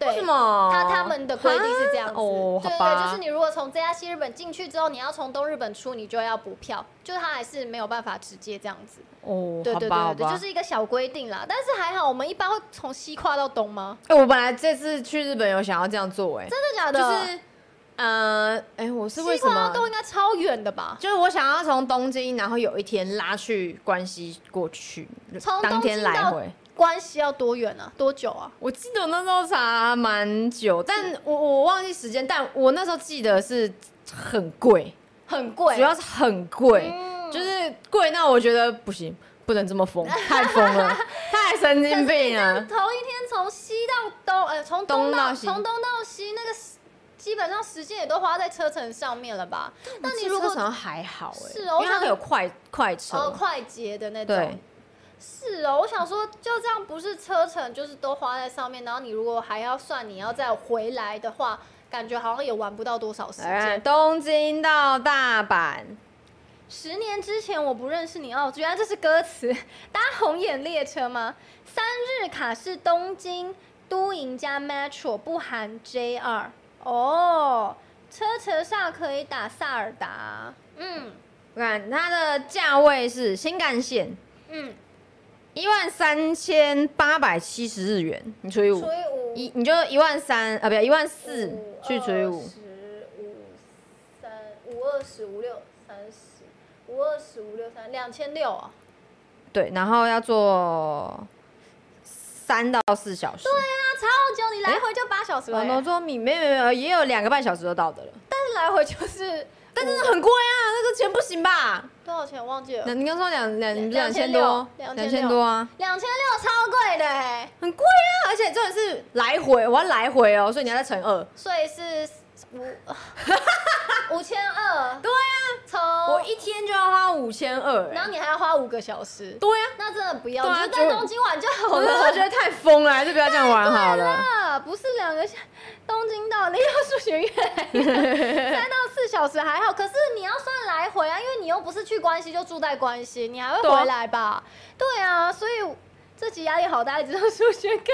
A: 对，
B: 为什么？
A: 他他们的规定是这样子，
B: 啊哦，
A: 对
B: 好
A: 对对，
B: 吧，
A: 就是你如果从 JR 西日本进去之后，你要从东日本出，你就要补票，就是他还是没有办法直接这样子。
B: 哦，
A: 对
B: 好
A: 对对
B: 吧，好
A: 对对，
B: 吧
A: 就。是一个小规定啦。但是还好，我们一般会从西跨到东吗？
B: 哎，我本来这次去日本有想要这样做，哎，
A: 真的假的？
B: 就是，呃，哎，我是为
A: 西
B: 什
A: 跨到
B: 么？
A: 东应该超远的吧？
B: 就是我想要从东京，然后有一天拉去关西过去，
A: 从
B: 当天
A: 东京
B: 来
A: 到
B: 回。
A: 关系要多远啊？多久啊？
B: 我记得我那时候查蛮久，但我我忘记时间，但我那时候记得是很贵，
A: 很贵，
B: 主要是很贵，
A: 嗯
B: 就是贵。那我觉得不行，不能这么 疯，太疯了，太神经病了。
A: 头一天从西到东，呃，从
B: 啊东
A: 东到
B: 到西
A: 从东到西，那个时基本上时间也都花在车程上面了吧？那你如
B: 好
A: 果
B: 像还好哎、
A: 是哦我
B: 因为它
A: 想
B: 有快哦快车，
A: 呃快捷的那种
B: 对，
A: 是哦。我想说，就这样不是车程，就是都花在上面，然后你如果还要算你要再回来的话，感觉好像也玩不到多少时
B: 来看
A: 间。
B: 东京到大阪，
A: 十年之前我不认识你哦，原来这是歌词。搭红眼列车吗？三日卡是东京都营加 Metro，不含 JR。哦，车程上可以打萨尔达。嗯
B: 我看它的价位是新干线
A: 嗯，
B: 一万三千八百七十日元，你除以
A: 除
B: 五，
A: 以五
B: 一你就一万三啊，不对，一万四去除以
A: 五
B: 五，
A: 十五三五二十五六三十五二十五六三两千六啊。
B: 对，然后要做三到四小时。
A: 那超久，你来回就八小时了
B: 然
A: 耶、
B: 后哦做米没有没有，也有两个半小时就到的了，
A: 但是来回就是
B: 但真的很贵啊，那个钱不行吧？
A: 多少钱我忘记了
B: 那，你刚说两两
A: 两
B: 两千
A: 2600
B: 多，
A: 2600
B: 两千多啊，
A: 两千六超贵的、欸，
B: 很贵啊，而且重点是来回，我要来回哦，所以你要再乘二。
A: 所以是五 五千二。
B: 对啊，
A: 从
B: 我一天就要花五千二，欸
A: 然后你还要花五个小时，
B: 对啊，
A: 那真的不要，
B: 对
A: 你
B: 啊
A: 就在
B: 就
A: 东京玩就好
B: 我
A: 了。
B: 真的觉得太疯了，还是不要这样玩好了。
A: 啊，不是两个小东京到离我数学 越来越远三到四小时还好，可是你要算来回啊，因为你又不是去关西就住在关西，你还会
B: 对啊
A: 回来吧？对啊，所以这集压力好大，一直到数学课。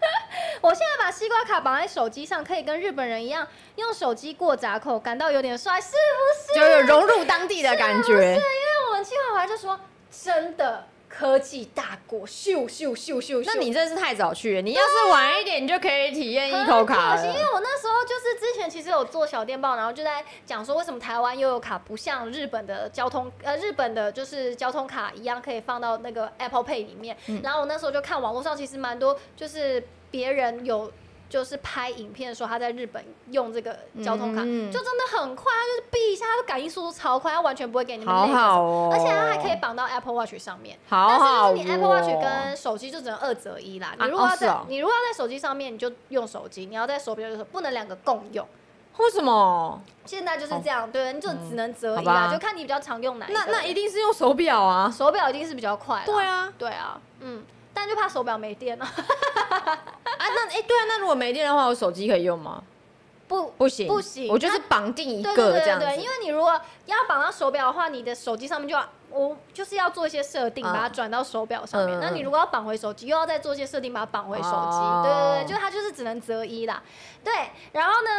A: 我现在把西瓜卡绑在手机上，可以跟日本人一样用手机过闸口，感到有点帅，是不是？
B: 就有融入当地的感
A: 是不 是，因
B: 觉，
A: 为我们计划回来就说，真的科技大国，咻咻咻咻咻。
B: 那你真是太早去了。你要是晚一点，你就可以体验
A: 啊
B: 一口卡
A: 很可惜，因
B: 了。
A: 为我那时候就是之前其实有做小电报，然后就在讲说为什么台湾悠游卡不像日本的交通呃日本的就是交通卡一样可以放到那
B: 嗯
A: 个 Apple Pay 里面。然后我那时候就看网络上其实蛮多就是别人有。就是拍影片说他在日本用这个交通卡，
B: 嗯
A: 就真的很快，他就是避一下，他的感应速度超快，他完全不会给你们
B: 好
A: 累着
B: 好哦，
A: 而且它还可以，绑到 Apple Watch 上面。
B: 好好、
A: 但
B: 哦，
A: 是就是你 Apple Watch 跟手机就只能二择一啦。
B: 啊
A: 你如果要在、
B: 哦是哦
A: 你如果要在手机上面，你就用手机；你要在手表就是不能两个共用。
B: 为什么？
A: 现在就是这样，对，你就只能择一
B: 哦好
A: 啦，
B: 吧
A: 就看你比较常用哪一个。
B: 那那一定是用手表啊，
A: 手表一定是比较快啦。
B: 对啊，
A: 哎对啊，嗯，但就怕手表没电了，
B: 啊那哎、对啊，那如果没电的话，我手机可以用吗？
A: 不
B: 不行，
A: 不行
B: 我就是绑定一
A: 对
B: 个
A: 对
B: 这
A: 对
B: 样
A: 对，因
B: 子。
A: 为你如果要绑到手表的话，你的手机上面就要我就是要做一些设定，
B: 嗯
A: 把它转到手表上面。
B: 嗯嗯
A: 那你如果要绑回手机，又要再做一些设定，把它绑回手机。
B: 哦
A: 对对对，就是它就是只能择一啦。对，然后呢？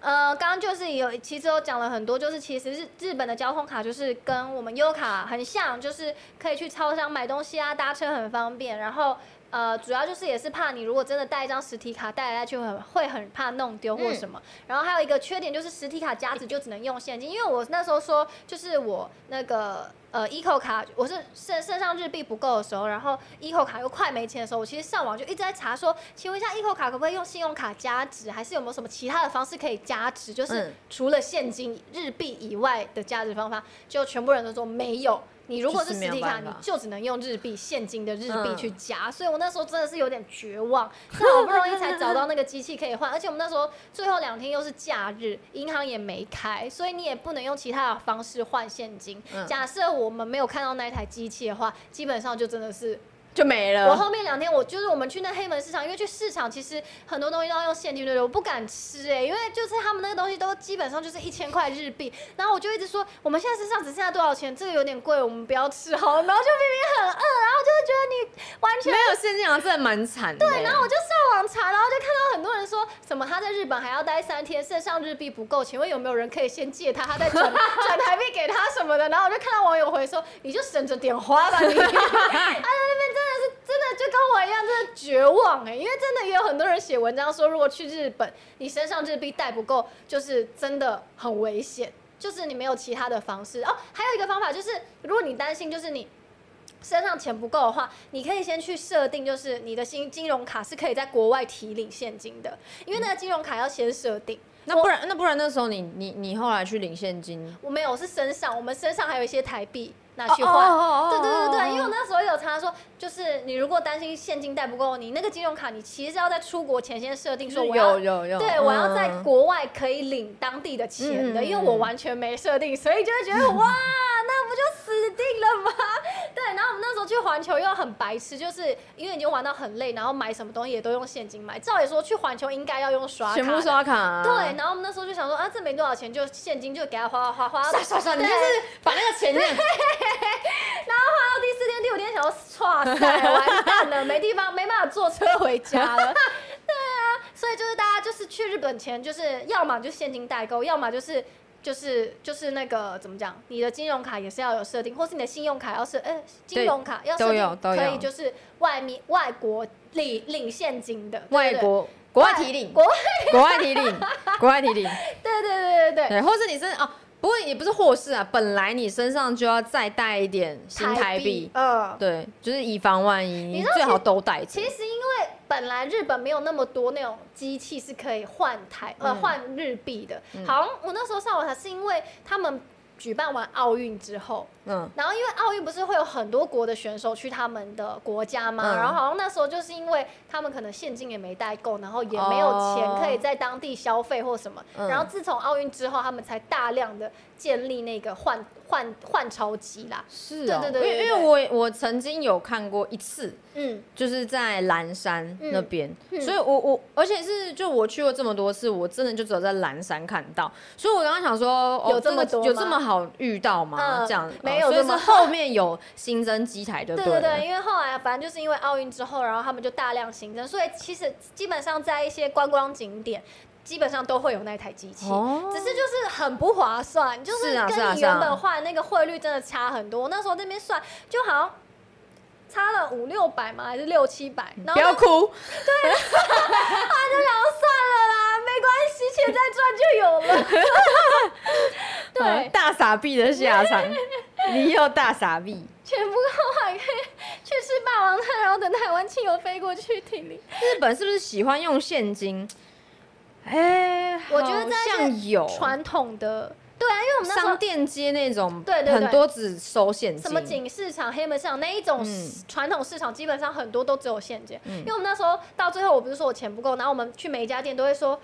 A: 呃，刚刚就是有，其实有讲了很多，就是其实日日本的交通卡就是跟我们优卡很像，就是可以去超商买东西啊，搭车很方便。然后呃，主要就是也是怕你如果真的带一张实体卡带来去很会很怕弄丢或什么。然后还有一个缺点就是实体卡夹子就只能用现金，因为我那时候说就是我那个呃 eco 卡，我是身身上日币不够的时候，然后 eco 卡又快没钱的时候，我其实上网就一直在查说，请问一下 eco 卡可不可以用信用卡加值，还是有没有什么其他的方式可以加值？就是
B: 嗯
A: 除了现金、日币以外的加值方法，就全部人都说没有。你如果是
B: 就是没
A: 实
B: 有
A: 体卡，
B: 办
A: 你
B: 法
A: 就只能用日币现金的日币
B: 嗯
A: 去加，所以我那时候真的是有点绝望。那好不容易才找到那个机器可以换，而 且我们那时候最后两天又是假日，银行也没开，所以你也不能用其他的方式换现金。
B: 嗯
A: 假设我们没有看到那一台机器的话，基本上就真的是
B: 就没
A: 我
B: 了。
A: 后面两天我就是我们去那黑门市场，因为去市场其实很多东西都要用现金对不对？我不敢吃哎、因为就是他们那个东西都基本上就是一千块日币，然后我就一直说我们现在身上只剩下多少钱，这个有点贵，我们不要吃好了。然后就明明很饿，然后就是觉得你完全
B: 没有现金好像真的蛮惨的。对，
A: 然后我就上网查，然后就看到很多人说什么他在日本还要待三天，身上日币不够，请问有没有人可以先借他，他再转转台币给他什么的？然后我就看到网友回说，你就省着点花吧你。他在那边 真的是真的就跟我一样，真的绝望哎、因为真的也有很多人写文章说，如果去日本，你身上日币带不够，就是真的很危险。就是你没有其他的方式哦，还有一个方法就是，如果你担心，就是你身上钱不够的话，你可以先去设定，就是你的新金融卡是可以在国外提领现金的，因为那个金融卡要先设定。
B: 那不然那不然那时候你你你后来去领现金
A: 我没有，我是身上，我们身上还有一些台币拿去换。
B: 换
A: 对对对对，因为我那时候有查说，就是你如果担心现金带不够，你那个金融卡你其实要在出国前先设定说我要
B: 有有有，
A: 对，
B: 嗯
A: 我要在国外可以领当地的钱的，
B: 嗯
A: 因为我完全没设定，所以就会觉 得哇，那不就死定了吗？ 对，然后我们那时候去环球又很白痴，就是因为已经玩到很累，然后买什么东西也都用现金买。照理说去环球应该要用刷卡的，
B: 全部刷卡啊。
A: 对，然后我们那时候就想说啊，这没多少钱，就现金就给他花花花花，
B: 刷刷刷，你就
A: 对
B: 是 把那个钱这样
A: 到第四天、第五天，想要哇塞，完蛋了，没地方，没办法坐车回家了。对啊，所以就是大家就是去日本前，就是要么就现金代购，要么就是。就是就是那个怎么讲，你的金融卡也是要有设定，或是你的信用卡要设，哎、金融卡要设
B: 都有
A: 定
B: 都有
A: 可以就是外面外国领领现金的，对不
B: 外
A: 对
B: 国国外提领，
A: 国外
B: 国外提领，国外提领，
A: 对对对对对，
B: 对，或是你身哦，不过也不是或是啊，本来你身上就要再带一点新台币，
A: 嗯，
B: 对，就是以防万一，
A: 你
B: 你
A: 知道
B: 最好都带着
A: 其。实因为本来日本没有那么多那种机器是可以换台呃
B: 嗯
A: 换日币的，好像我那时候上网查是因为他们举办完奥运之后，
B: 嗯，
A: 然后因为奥运不是会有很多国的选手去他们的国家嘛，
B: 嗯
A: 然后好像那时候就是因为他们可能现金也没带够，然后也没有钱
B: 哦
A: 可以在当地消费或什么，
B: 嗯
A: 然后自从奥运之后，他们才大量的建立那个换换换钞机啦，
B: 是
A: 对
B: 哦，
A: 对对对
B: 因为因
A: 对
B: 为我我曾经有看过一次，
A: 嗯
B: 就是在蓝山
A: 嗯
B: 那边，
A: 嗯
B: 所以我我而且是就我去过这么多次，我真的就只有在蓝山看到，所以我刚刚想说，哦、
A: 有这么
B: 个
A: 多
B: 有
A: 吗
B: 这么好遇到吗？
A: 嗯
B: 这样
A: 没有
B: 哦
A: 这
B: 所以
A: 么
B: 是后面有新增机台就
A: 对
B: 对
A: 对
B: 了
A: 对，因为后来啊反正就是因为奥运之后，然后他们就大量新增，所以其实基本上在一些观光景点，基本上都会有那台机器。
B: 哦
A: 只是就是很不划算，就是
B: 是啊是啊
A: 跟你
B: 是啊
A: 原本换那个汇率真的差很多。我那时候那边算，就好像差了五六百嘛，还是六七百，然
B: 嗯
A: 后
B: 不要
A: 就
B: 哭，
A: 然后算了啦，没关系，钱再赚就有了。 对，
B: 大傻逼的下场，你又大傻逼，
A: 钱不够还可以去吃霸完它，然后等台湾汽油飞过去停你。
B: 日本是不是喜欢用现金？哎、
A: 我觉得
B: 好
A: 在
B: 像有
A: 传统的，对啊，因为我们那时
B: 商
A: 候
B: 店街那种，
A: 对对对
B: 很多只收现金。
A: 什么井市场、黑门市场那一种
B: 嗯
A: 传统市场，基本上很多都只有现金。
B: 嗯
A: 因为我们那时候到最后，我不是说我钱不够，然后我们去每一家店都会说。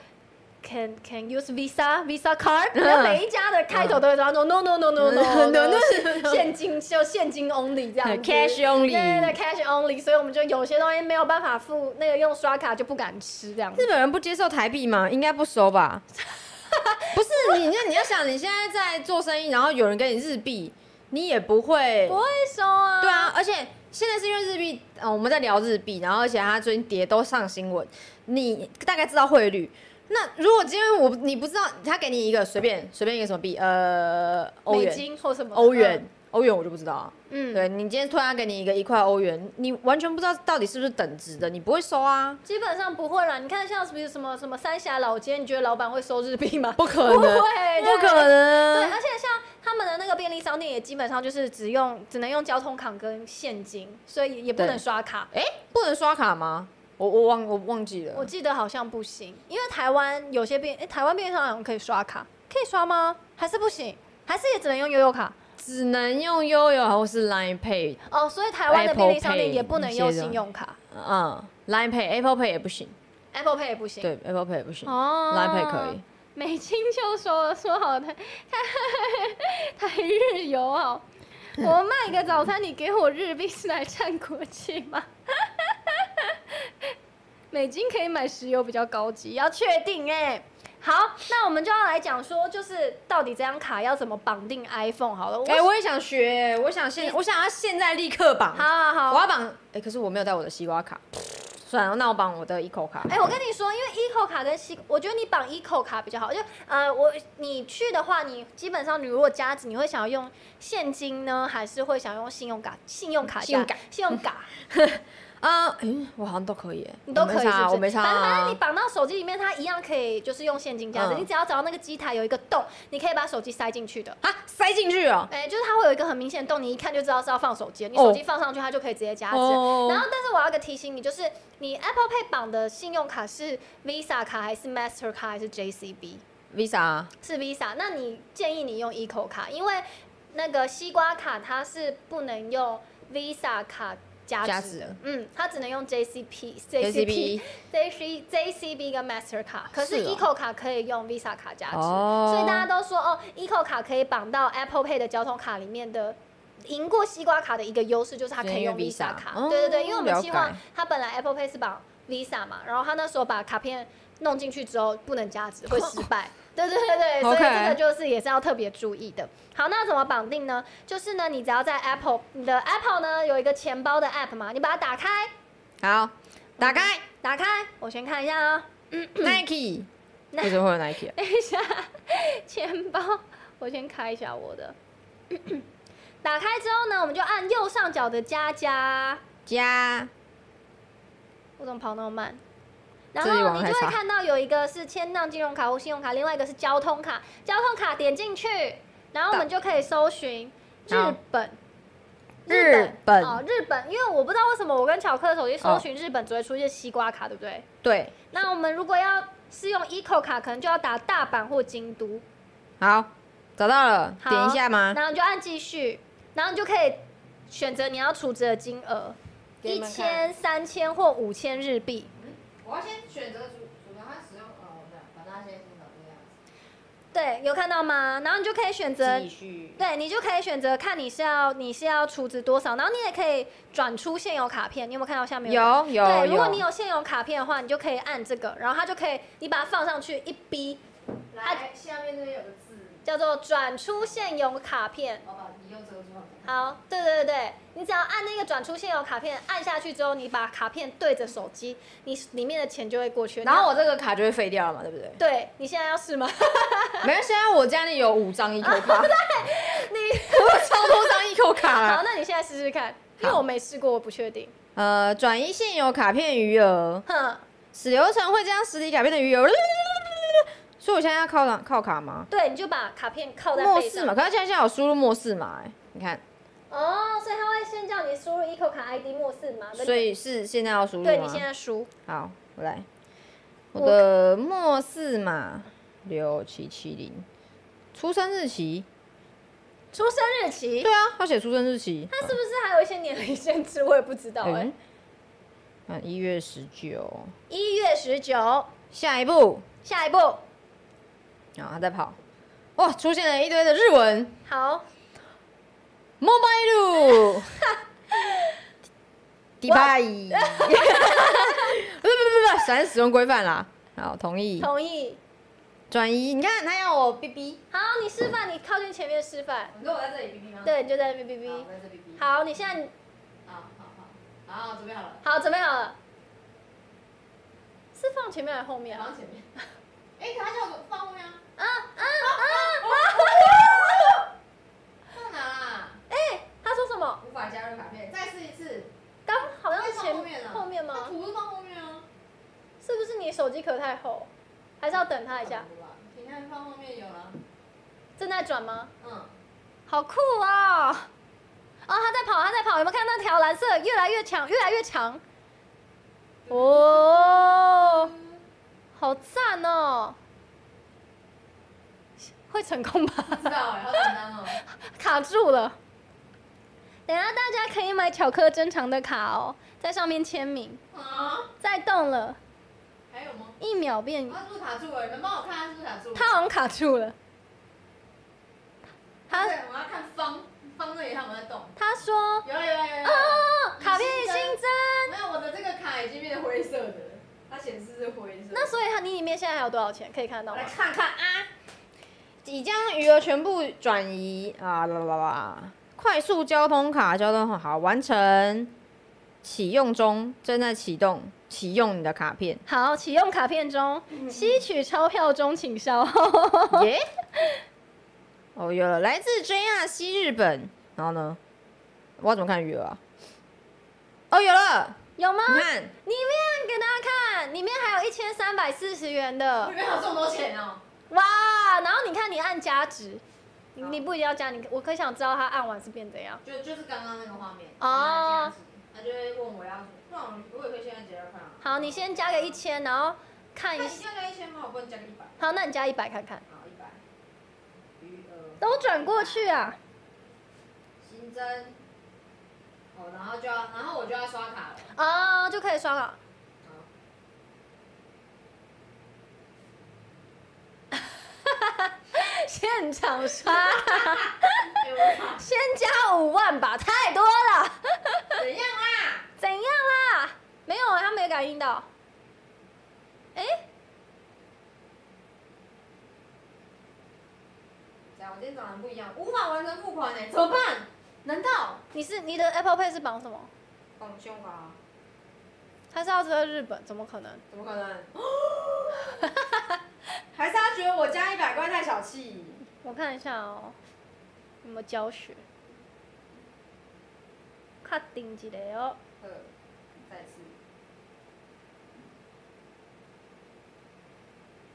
A: Can can use Visa Visa card，
B: 嗯
A: 然后每一家的开头都会这样说 No no no no no
B: 嗯
A: no
B: no,
A: no，
B: no,
A: 现金就现金 only 这样子
B: Cash only
A: 对对对 cash only，所以我们就有些东西没有办法付，那个用刷卡就不敢吃这样子
B: 日。本人不接受台币吗？应该不收吧？ 不是你，那你要想，你现在在做生意，然后有人给你日币，你也不会
A: 不。会收啊，
B: 对啊，而且现在是因为日币，呃，我们在聊日币，然后而且它最近跌都上新闻，你大概知道汇率。那如果今天我你不知道，他给你一个随便随便一个什么币，呃，欧
A: 美
B: 元，
A: 金或什么
B: 欧元，，欧元我就不知道啊。
A: 嗯，嗯
B: 对你今天突然给你一个一块欧元，你完全不知道到底是不是等值的，你不会收啊。
A: 基本上不会啦。你看像比如什么什么三峡老街，你觉得老板会收日币吗？
B: 不可
A: 不
B: 能，
A: 会，
B: 不可
A: 对，
B: 能。
A: 而且像他们的那个便利商店也基本上就是只用只能用交通卡跟现金，所以也不
B: 对
A: 能刷卡。
B: 哎、不能刷卡吗？我我忘我忘记
A: 我
B: 了。
A: 记得好像不行，因为台湾有些便、诶台湾便利商店好像可以刷卡，可以刷吗？还是不行？还是也只能用悠游卡？
B: 只能用悠游或是 Line Pay，
A: 哦，所以台湾的
B: Apple
A: 便利商店
B: Pay
A: 也不能用
B: 一些的
A: 信用卡
B: 嗯，Line Pay、Apple Pay 也不行，
A: ，Apple Pay 也不行。
B: 对，Apple Pay 也不行、
A: 哦
B: l i n e Pay 可以。。
A: 美金就说了说好台 台日友好，我卖个早餐，你给我日币是来占国际吗？ 美金可以买石油比较高级，要确定哎、好，那我们就要来讲说，就是到底这张卡要怎么绑定 iPhone 好了。我
B: 哎、我也想学，我想现，我想要现在立刻绑，
A: 好好
B: 我
A: 好。
B: 要绑。哎、可是我没有带我的西瓜卡，算了，那我绑我的一口卡。
A: 哎、我跟你说，因为 eco 卡跟西，我觉得你绑 eco 卡比较好。就呃，我你去的话，你基本上你如果加值，你会想要用现金呢，还是会想用信用卡？信用卡加
B: 信用卡，
A: 信用 卡，
B: 啊，哎、我好像都可以耶，
A: 你都
B: 我没
A: 可以是
B: 差
A: 不是？
B: 我没差、
A: 反正反正你
B: 啊。
A: 绑到手机里面，它一样可以，就是用现金加值。
B: 嗯
A: 你只要找到那个机台有一个洞，你可以把手机塞进去的。
B: 啊，塞进去哦。
A: 哎、就是它会有一个很明显的洞，你一看就知道是要放手机的。你手机放上去，它就可以直接加值。
B: 哦
A: 然后，但是我要个提醒你，就是你 Apple Pay 绑的信用卡是 Visa 卡还是 Master 卡还是 JCB？
B: Visa 啊
A: 是 Visa，那你建议你用 Eco 卡，因为那个西瓜卡它是不能用 Visa 卡加
B: 加
A: 值
B: 值
A: 的
B: 的，
A: 嗯，它只能用 JCP、
B: JCB
A: JC、JCB 跟 Master 卡，可是
B: 是哦
A: Eco 卡可以用 Visa 卡加值，
B: 哦
A: 所以大家都说哦，Eco 卡可以绑到 Apple Pay 的交通卡里面的。赢过西瓜卡的一个优势就是它可以用
B: 就是因为
A: Visa
B: Visa
A: 卡，
B: 哦
A: 对对对，因为我们
B: 了
A: 希望
B: 解
A: 它本来 Apple Pay 是绑 Visa 嘛，然后它那时候把卡片弄进去之后不能加值，会失败。 对对对对，所以
B: 哦 OK
A: 这个就是也是要特别注意的。好，那怎么绑定呢？就是呢，你只要在 Apple 你的 Apple 呢有一个钱包的 App 嘛，你把它打开，嗯
B: 好，打开
A: 打开，我先看一下啊、
B: Nike，
A: 那
B: 为什么会有 Nike？啊
A: 等一下，钱包，我先开一下我的。 打开之后呢，我们就按右上角的加加，
B: 加
A: 我怎么跑那么慢？然
B: 自己
A: 后
B: 往
A: 你
B: 开
A: 就会
B: 查
A: 看到有一个是千浪金融卡或信用卡，另外一个是交通卡。交通卡点进去，然后我们就可以搜寻日
B: 好
A: 本。
B: 日本
A: 哦，日本，因为我不知道为什么我跟巧克的手机搜
B: 哦
A: 寻日本只会出现西瓜卡，对不对？
B: 对，
A: 那我们如果要是用 eco 卡，可能就要打大阪或京都，
B: 好，找到了，
A: 好
B: 点一下吗？
A: 然后你就按继续，然后你就可以选择你要储值的金额，一
B: 给你们看
A: 千、三千或五千日币。
B: 我要先选择主主它使用
A: 呃
B: 哦，对，把它先先找这
A: 对，有看到吗？然后你就可以选择
B: 继续
A: 对你就可以选择看你是要你是要储值多少，然后你也可以转出现有卡片。你有没有看到下面有？
B: 有有
A: 对，如果你有现有卡片的话，你就可以按这个，然后它就可以你把它放上去一逼，
C: 来，下面这边有个字，
A: 叫做转出现有卡片。
C: 我把你用这个做好看。
A: 好，对对对对，你只要按那个转出现有卡片，按下去之后，你把卡片对着手机，你里面的钱就会过去。
B: 然后
A: 我？
B: 我这个卡就会废掉了嘛，对不对
A: 对你现在要试吗？
B: 没关系啊，我家里有五张一口 卡，
A: 你
B: 我有超多张一口卡
A: 好，
B: 了。
A: 那你现在试试看，因为我没试过，我不确定。
B: 呃，转移现有卡片余额，
A: 哼，
B: 此流程会将实体卡片的余额， 所以我现在要靠卡靠卡吗？
A: 对，你就把卡片靠在
B: 末
A: 背
B: 世
A: 上
B: 嘛，。可是现在有输入末世嘛、哎，你看
A: 哦，所以他会先叫你输入 eco 卡 ID 末四码，对不
B: 所
A: 对
B: 以是现在要输入吗？
A: 对你现在输。
B: 好，我来，
A: 我
B: 我的末四码六七七零，出生日期。
A: 出生日期
B: 对，啊，他写出生日期。
A: 他是不是还有一些年龄限制？我也不知道哎、
B: 嗯，嗯，一月十九。
A: 一月十九，
B: 下一步，
A: 下一步，
B: 然后他在跑，哇，出现了一堆的日文
A: 好，
B: ，mobile。迪拜，不是不是不是不是，反正使用规范啦。好，同意
A: 同意。
B: 转移。你看他要我哔哔，
A: 好，你示范，你靠近前面示范。
C: 你说我在这里哔哔吗？
A: 对，你就在那边哔
C: 好，
A: 哔
C: 我。在这里哔哔。
A: 好，你现在
C: 好好好，好，准备好了，
A: 好，准备好了？是放前面还是后面
C: 然
A: 啊？
C: 后前面。哎，可他叫我放后面啊？
A: 啊啊啊！
C: 放哪啦？
A: 哎，他说什么？
C: 无法加入卡片，再试一次。
A: 刚好像
C: 再
A: 是
C: 放
A: 前
C: 后面啊？
A: 后面
C: 那
A: 吗？
C: 图是放后面啊？
A: 是不是你手机壳太厚？还是要等他一下？
C: 你看放后面有了。
A: 正在转吗？
C: 嗯。
A: 好酷哦！哦，他在跑，他在跑，有没有看到那条蓝色越来越强，越来越强？嗯哦，好赞哦！会成功吧？
C: 不知道哎，好简单哦。
A: 卡住了。等一下大家可以买巧克珍藏的卡哦，在上面签名。
C: 啊？
A: 再动了，
C: 还有吗？
A: 一秒变，
C: 他是不是卡住了？你们帮我看他是不是卡住了？
A: 他好像卡住了。他
C: 对，我要看方方那里他们在动。
A: 他说
C: 有了有了有了有
A: 哦
C: 了。，
A: 卡片已新增。
C: 没有，我的这个卡已经变灰色的，它显示是灰色。
A: 那所以他你里面现在还有多少钱可以看到
C: 我
A: 吗。
C: 来？看看啊，
B: 已将余额全部转移啊啦啦啦！快速交通卡交通好完成，启用中，正在启动，启用你的卡片
A: 好，启用卡片中，吸取钞票中，请稍后。
B: 耶！哦，有了，来自 JR 西日本。然后呢？我要怎么看余额啊？哦，有了，
A: 有吗？
B: 你看，
A: 里面给大家看，里面还有一千三百四十元的
C: 里，面还有这么多钱哦、
A: 哇！然后你看你按加值，你你不一定要加，你我可想知道它按完是变怎样。
C: 就就是刚刚那个画面。
A: 哦
C: 他就会问我要什么，不然我也可以现在直接看啊。
A: 好，你先加个一千，然后看
C: 那
A: 一
C: 你现在一千吗？我不能加个一百。哦
A: 好，那你加一百看看，
C: 好，一百。余额
A: 都转过去啊。
C: 新增。哦，然后就要，然后我就要刷卡了。
A: 啊、就可以刷了。
C: 好。
A: 现场刷，
C: 哎我卡
A: 先加五万吧，太多了。
C: 怎样啊啦？
A: 怎样啦？没有，啊，他没有感应到。哎、
C: 怎样？我今天早上不一样，无法完成付款呢、怎么办？难道？
A: 你是你的 Apple Pay 是绑什么？
C: 哦，信用卡、啊。
A: 他是要在日本，怎么可能？
C: 怎么可能？ 还是他觉得我加一百块太小气？
A: 我看一下哦、有没有教学？卡定一个哦、
C: 呃，再次，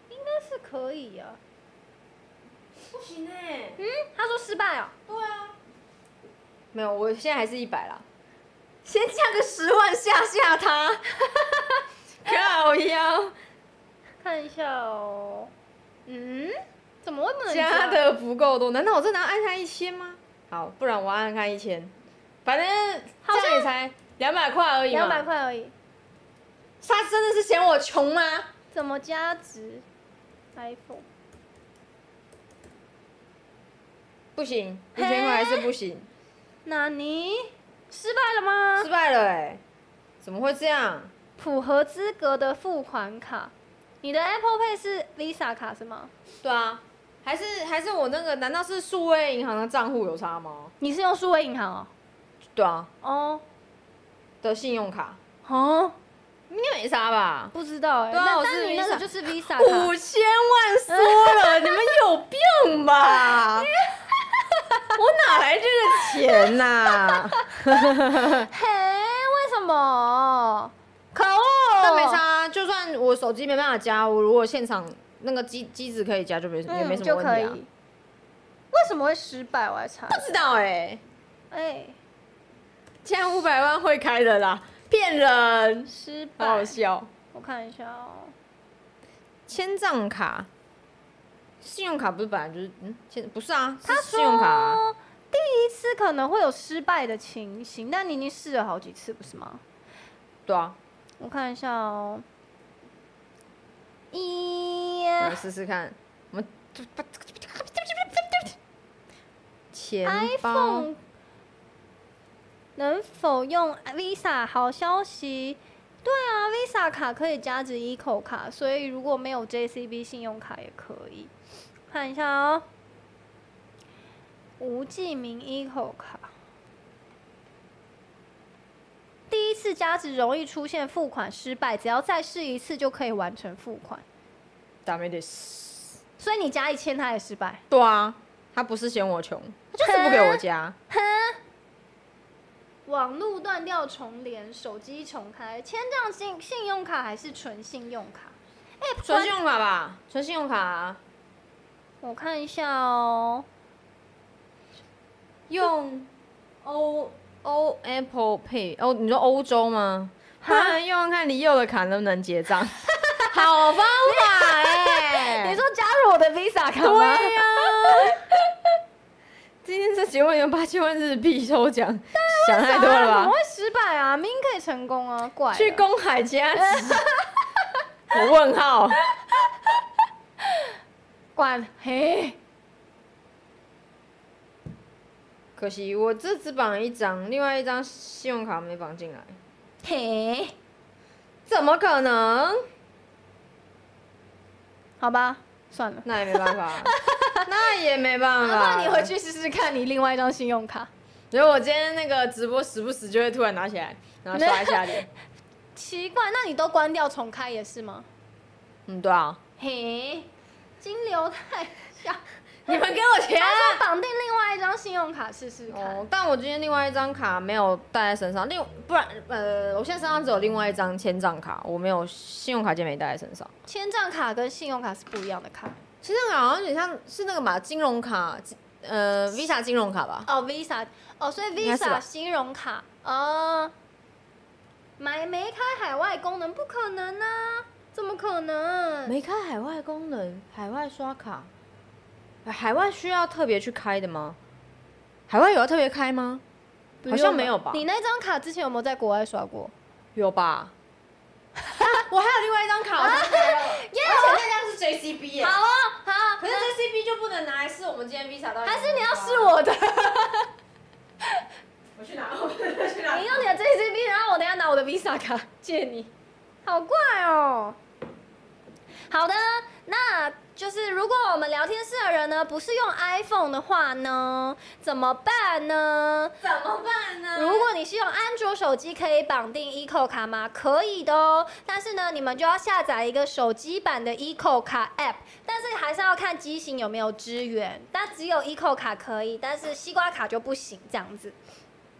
A: 应该是可以啊。
C: 不行哎、
A: 嗯，他说失败哦、
C: 对啊，
B: 没有，我现在还是一百啦。先降个十万吓吓他，靠腰，
A: 看一下哦、嗯，怎么会不能
B: 加的不够多，难道我真的要按下一千吗？好，不然我按看一千，反正
A: 好像
B: 这样也才两百块而已嘛。
A: 两百，块而已？
B: 他真的是嫌我穷吗？
A: 怎么加值？iPhone
B: 不行，一
A: 嘿
B: 千块还是不行，
A: 纳尼失败了吗
B: 失？败了哎、怎么会这样？
A: 符合资格的付款卡，你的 Apple Pay 是 Visa 卡是吗？
B: 对啊，还是还是我那个，难道是数位银行的账户有差吗？
A: 你是用数位银行哦？
B: 对啊，
A: 哦
B: 的信用卡
A: 哦，
B: 应该没差吧？
A: 不知道哎、
B: 对啊
A: 那
B: 我
A: 但
B: 是
A: 你那个
B: Visa
A: 就是 Visa
B: 五
A: 卡，
B: 千万说了， 你们有病吧？我哪来这个钱呐、
A: 嘿，为什么？可恶！
B: 但没差啊，就算我手机没办法加，我如果现场那个机机子可以嗯加，就没、也没什
A: 嗯
B: 么
A: 就
B: 问啊
A: 可以。
B: 题啊。
A: 为什么会失败？我还查。
B: 不知道哎、
A: 啊，哎，
B: 这样五百万会开的啦，骗人，
A: 失败。
B: 好好笑。
A: 我看一下哦，
B: 千账卡，信用卡不是本来就是嗯，千不是啊，他信用卡啊、
A: 哦第一次可能会有失败的情形，但你已经试了好几次，不是吗？
B: 对啊，
A: 我看一下哦，一
B: 我来试试看，我们钱包
A: iPhone 能否用 Visa？好消息，对啊，Visa 卡可以加值 Eco 卡，所以如果没有 JCB 信用卡也可以。看一下哦，无记名 Eco 卡。第一次加值容易出现付款失败，只要再试一次就可以完成付款。
B: ダメです。
A: 所以你加一千，它也失败。
B: 对啊，他不是嫌我穷，他就是不给我加。
A: 网络断掉重连，手机重开，千账信信用卡还是纯信用卡？
B: 存信用卡吧，哎存信用卡啊、
A: 我看一下哦。
B: 用欧欧 Apple Pay 哦，你说欧洲吗？
A: 哈
B: 哈，用用看你右的卡能不能结账， 好方法 哎、
A: 你说加入我的 Visa 卡吗？
B: 对呀、 今天这节目有八千万日币抽奖，想太多
A: 啊
B: 了
A: 怎么
B: 吧
A: 会？失败啊？明明可以成功啊！怪了
B: 去公海加 值，我问号，
A: 管嘿，
B: 可惜我这只绑了一张，另外一张信用卡没绑进来，
A: 嘿，
B: 怎么可能？
A: 好吧，算了。
B: 那也没办 法，那也没办
A: 那
B: 法。
A: 不然你回。去试试看，你另外一张信用卡
B: 所以我今天那个直播时不时就会突然拿起来，然后刷一下 脸。
A: 奇怪，那你都关掉重开也是吗？
B: 嗯，对啊。
A: 嘿，金流太小，
B: 你们给我钱！
A: 他说绑定另外一张信用卡试试看。
B: 哦，但我今天另外一张卡没有带在身上，另不然呃，我现在身上只有另外一张千账卡，我没有信用卡，今天没带在身上。
A: 千账卡跟信用卡是不一样的卡
B: 千账卡好像有点像是那个嘛，金融卡，呃，Visa 金融卡吧？
A: 哦，Visa 哦，所以
B: 应该是
A: Visa
B: 吧
A: 信用卡哦，买没开海外功能不可能啊，怎么可能？
B: 嗯没开海外功能，海外刷卡，海外需要特别去开的吗？海外有要特别开吗？
A: 不
B: 好
A: 用
B: 像没有吧
A: 你那张卡之前有没有在国外刷过？
B: 有 吧？啊我还有另外一张卡，我想起来了，而且那张是 JCB 耶、
A: 好哦，好，
B: 可是 JCB 就不能拿来试我们今天 Visa 到底有没有
A: 还是你要
B: 刷
A: 试？我的，
B: 我 去拿，我去拿
A: 你。用你的 JCB，然后我等一下拿我的 Visa 卡借你，好怪哦。好的，那就是如果我们聊天室的人呢，不是用 iPhone 的话呢，怎么办呢？
B: 怎么办呢
A: 如果你是用安卓手机，可以绑定 Eco 卡吗？可以的哦，但是呢，你们就要下载一个手机版的 Eco 卡 App，但是还是要看机型有没有支援。但只有 Eco 卡可以，但是西瓜卡就不行，这样子。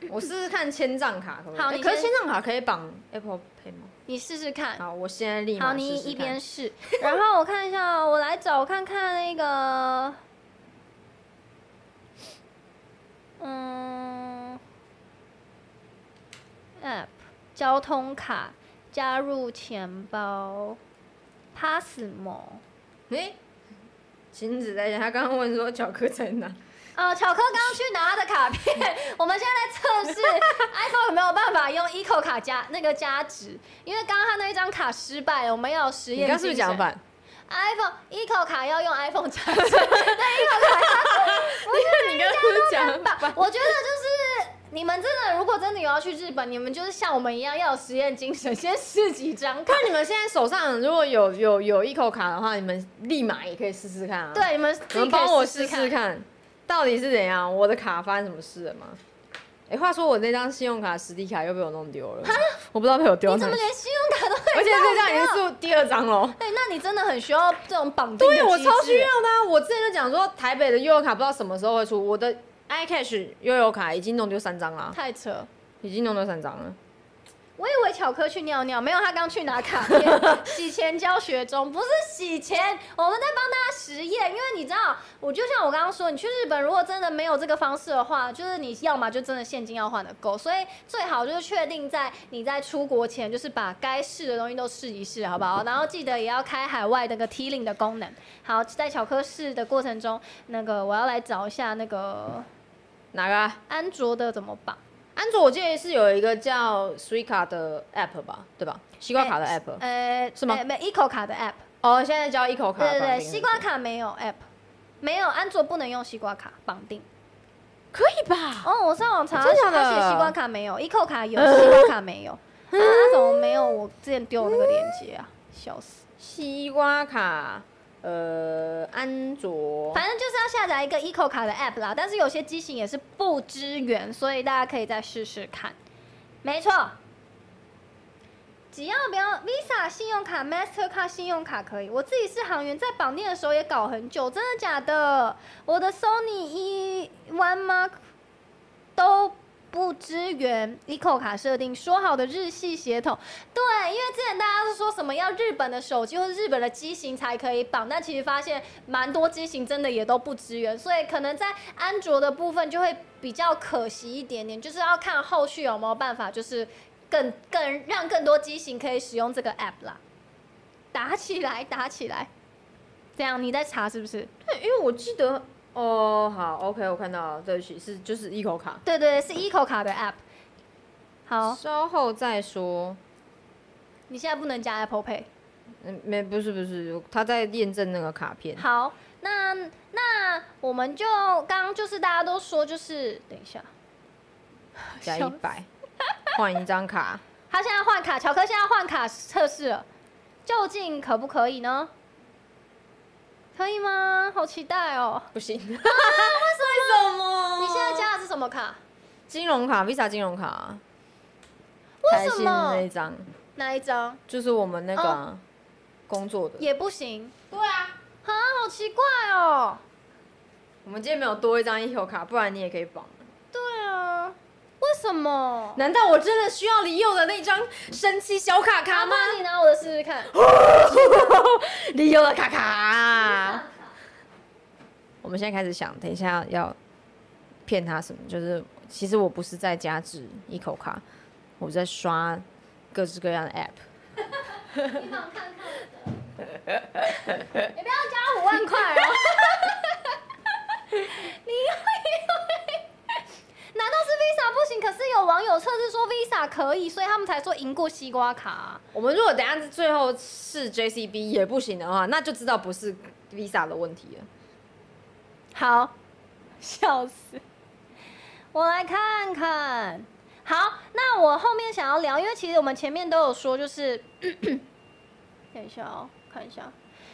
B: 我试试看千账卡可不可以？
A: 好
B: 欸
A: 你
B: 可是
A: 先
B: 千账卡可以绑 Apple Pay 吗？
A: 你试试看。
B: 好，我现在立马
A: 好，
B: 试
A: 你
B: 试看
A: 一边试，然后我看一下哦，我来找看看那个，嗯，app 交通卡加入钱包，Passmo
B: 诶，晴子在家，他刚刚问说巧克在哪？
A: 啊，巧克刚刚去拿他的卡片，我们现在在测 试 iPhone 有没有办法用 Eco 卡加那个加值，因为刚刚他那一张卡失败了，我们要有实
B: 你
A: 验。
B: 刚刚是不是讲？反？
A: iPhone Eco 卡要用 iPhone 加值，对 Eco 卡
B: 你刚刚是不是讲
A: 要吧？我觉得就是你们真的，如果真的有要去日本，你们就是像我们一样要有实验精神，先试几张卡
B: 看。你们现在手上如果有有有一口卡的话，你们立马也可以试试看啊。，
A: 对，你们自己
B: 你们
A: 可以
B: 帮我
A: 试
B: 试
A: 看
B: 试。看，到底是怎样？我的卡发生什么事了吗？哎、话说我那张信用卡实体卡又被我弄丢了，我不知道被我丢
A: 你怎
B: 哪里
A: 么
B: 去，
A: 连信用卡都会？
B: 而且这张已经是第二张喽。
A: 哎、那你真的很需要这种绑定的
B: 对，啊我
A: 机
B: 超
A: 制
B: 需要的啊、我之前就讲说，台北的悠游卡不知道什么时候会出，我的 iCash 悠游卡已经弄丢三张啦，
A: 太扯。
B: 已经弄丢三张了。
A: 我以为巧克去尿尿，没有，他刚去拿卡片。洗钱教学中，不是洗钱，我们在帮大家实验。因为你知道，我就像我刚刚说，你去日本如果真的没有这个方式的话，就是你要么就真的现金要换的够，所以最好就是确定在你在出国前，就是把该试的东西都试一试，好不好？然后记得也要开海外那个 T 领的功能。好，在巧克试的过程中，那个我要来找一下那个
B: 哪个啊？
A: 安卓的怎么绑。
B: 安卓我记得是有一个叫 Suica 的 app 吧，对吧？西瓜卡的 app，、
A: 呃，
B: 是吗
A: 呃没 Eco 卡的 App，
B: 哦，现在叫 Eco 卡。
A: 对对对，西瓜卡没有 App，没有安卓不能用西瓜卡绑定。
B: 可以吧？
A: 哦，我上网查，
B: 真的假的呃
A: 他写西瓜卡没有，Eco 卡有，西瓜卡没有。啊，怎么没有？我之前丢的那个链接啊，笑死！
B: 西瓜卡，呃，安卓。
A: 反正就是要下载一个 Eco 卡的 App 啦，但是有些机型也是不支援，所以大家可以再试试看。没错，只要不要 Visa 信用卡、Mastercard 信用卡可以。我自己是行员，在绑定的时候也搞很久，真的假的？我的 Sony 一 One Mark 都不支援 Eco 卡设定，说好的日系血统，对，因为之前大家是说什么要日本的手机或是日本的机型才可以绑，但其实发现蛮多机型真的也都不支援，所以可能在安卓的部分就会比较可惜一点点，就是要看后续有没有办法，就是更更让更多机型可以使用这个 app 啦。打起来，打起来！这样你在查是不是？
B: 对，因为我记得，哦，好，OK，我看到了，对不起，是就是 Eco 卡。
A: 对对，是 Eco 卡的 app。好，
B: 稍后再说。
A: 你现在不能加 Apple Pay。
B: 嗯，没，不是不是，他在验证那个卡片。
A: 好，那那我们就刚刚就是大家都说就是等一下，
B: 加
A: 笑
B: 一百，换一张卡。
A: 他现在换卡，乔克现在换卡测试了，究竟可不可以呢？可以吗？好期待哦！
B: 不行， 为什么
A: 你现在加的是什么卡？
B: 金融卡，Visa 金融卡，
A: 为
B: 开
A: 什
B: 心的那
A: 么
B: 一张，
A: 哪一张
B: 就是我们那个啊、工作的。
A: 也不行
C: 对啊，
A: 啊？好奇怪哦！
B: 我们今天没有多一张 E Eco 卡，不然你也可以绑。
A: 对啊，为什么？
B: 难道我真的需要李佑的那张神奇小卡卡
A: 阿
B: 吗？
A: 妈，你拿我的试试看。
B: 李佑的卡卡。 我们现在开始想，等一下要骗他什么？就是其实我不是在加值 Eco 卡，我在刷各式各样的 App。
A: 你想看看我的？你不要加五万块哦！你以为 难道是 Visa 不行？可是有网友测试说 Visa 可以，所以他们才说赢过西瓜卡啊、
B: 我们如果等一下最后是 JCB 也不行的话，那就知道不是 Visa 的问题了。
A: 好，笑死！我来看看。好，那我后面想要聊，因为其实我们前面都有说，就是 等一下哦，看一下，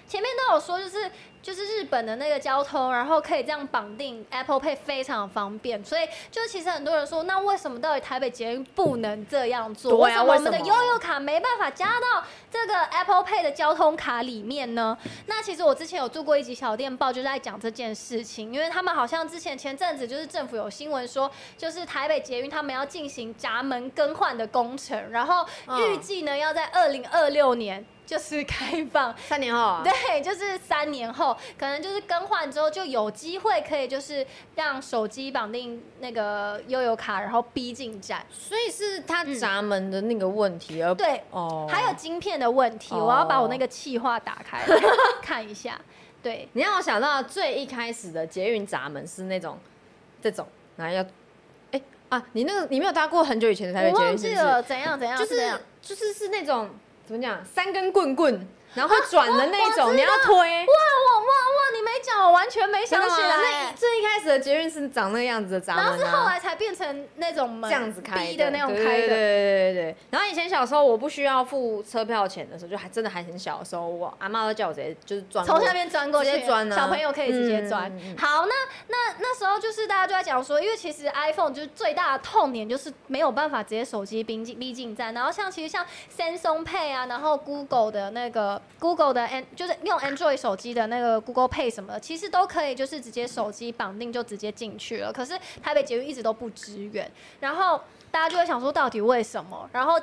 A: 前面都有说，就是就是日本的那个交通，然后可以这样绑定 Apple Pay 非常方便，所以就其实很多人说，那为什么到底台北捷运不能这样做？
B: 对
A: 为什么
B: 啊
A: 我们的
B: 为什
A: 悠
B: 么
A: 悠卡没办法加到这个 Apple Pay 的交通卡里面呢？那其实我之前有做过一集小电报，就是在讲这件事情，因为他们好像之前前阵子就是政府有新闻说，就是台北捷运他们要进行闸门更换的工程，然后预
B: 嗯
A: 计呢要在二零二六年就是开放。
B: 三年后、啊，
A: 对，就是三年后，可能就是更换之后就有机会可以，就是让手机绑定那个悠游卡，然后逼进站。
B: 所以是他闸门的那个问题，而
A: 对，
B: 哦，
A: 还有晶片的问题，我要把我那个气话打 开看一下。对，
B: 你让我想到最一开始的捷运闸门是那种这种，然后要哎、啊，你那个你没有搭过很久以前的台
A: 我
B: 北捷
A: 忘
B: 运是
A: 记
B: 不是
A: 了怎样怎样，
B: 就是
A: 怎样
B: 是就是是那种怎么讲，三根棍棍，然后会转的那种，你要推。
A: 哇哇哇哇！你没讲，我完全没
B: 真
A: 啊想
B: 的吗
A: 起
B: 那
A: 来
B: 一。最一开始的捷运是长那个样子的闸门、
A: 然
B: 啊，
A: 后是后来才变成那种门
B: 这样子开
A: 逼的那种
B: 对
A: 开
B: 对对
A: 的。
B: 对对对。然后以前小时候我不需要付车票钱的时候，就还真的还很小的时候，我阿妈都叫我直接就是转过
A: 从下面钻过去，
B: 直接钻啊
A: 小朋友可以直接钻。
B: 嗯嗯嗯
A: 好，那那那时候就是大家就在讲说，因为其实 iPhone 就是最大的痛点就是没有办法直接手机逼近逼近站，然后像其实像 Samsung Pay 啊，然后 Google 的那个 Google 的 An 就是用 Android 手机的那个 Google Pay 什么的，其实都可以就是直接手机绑定就直接进去了，可是台北捷运一直都不支援，然后大家就会想说到底为什么，然后。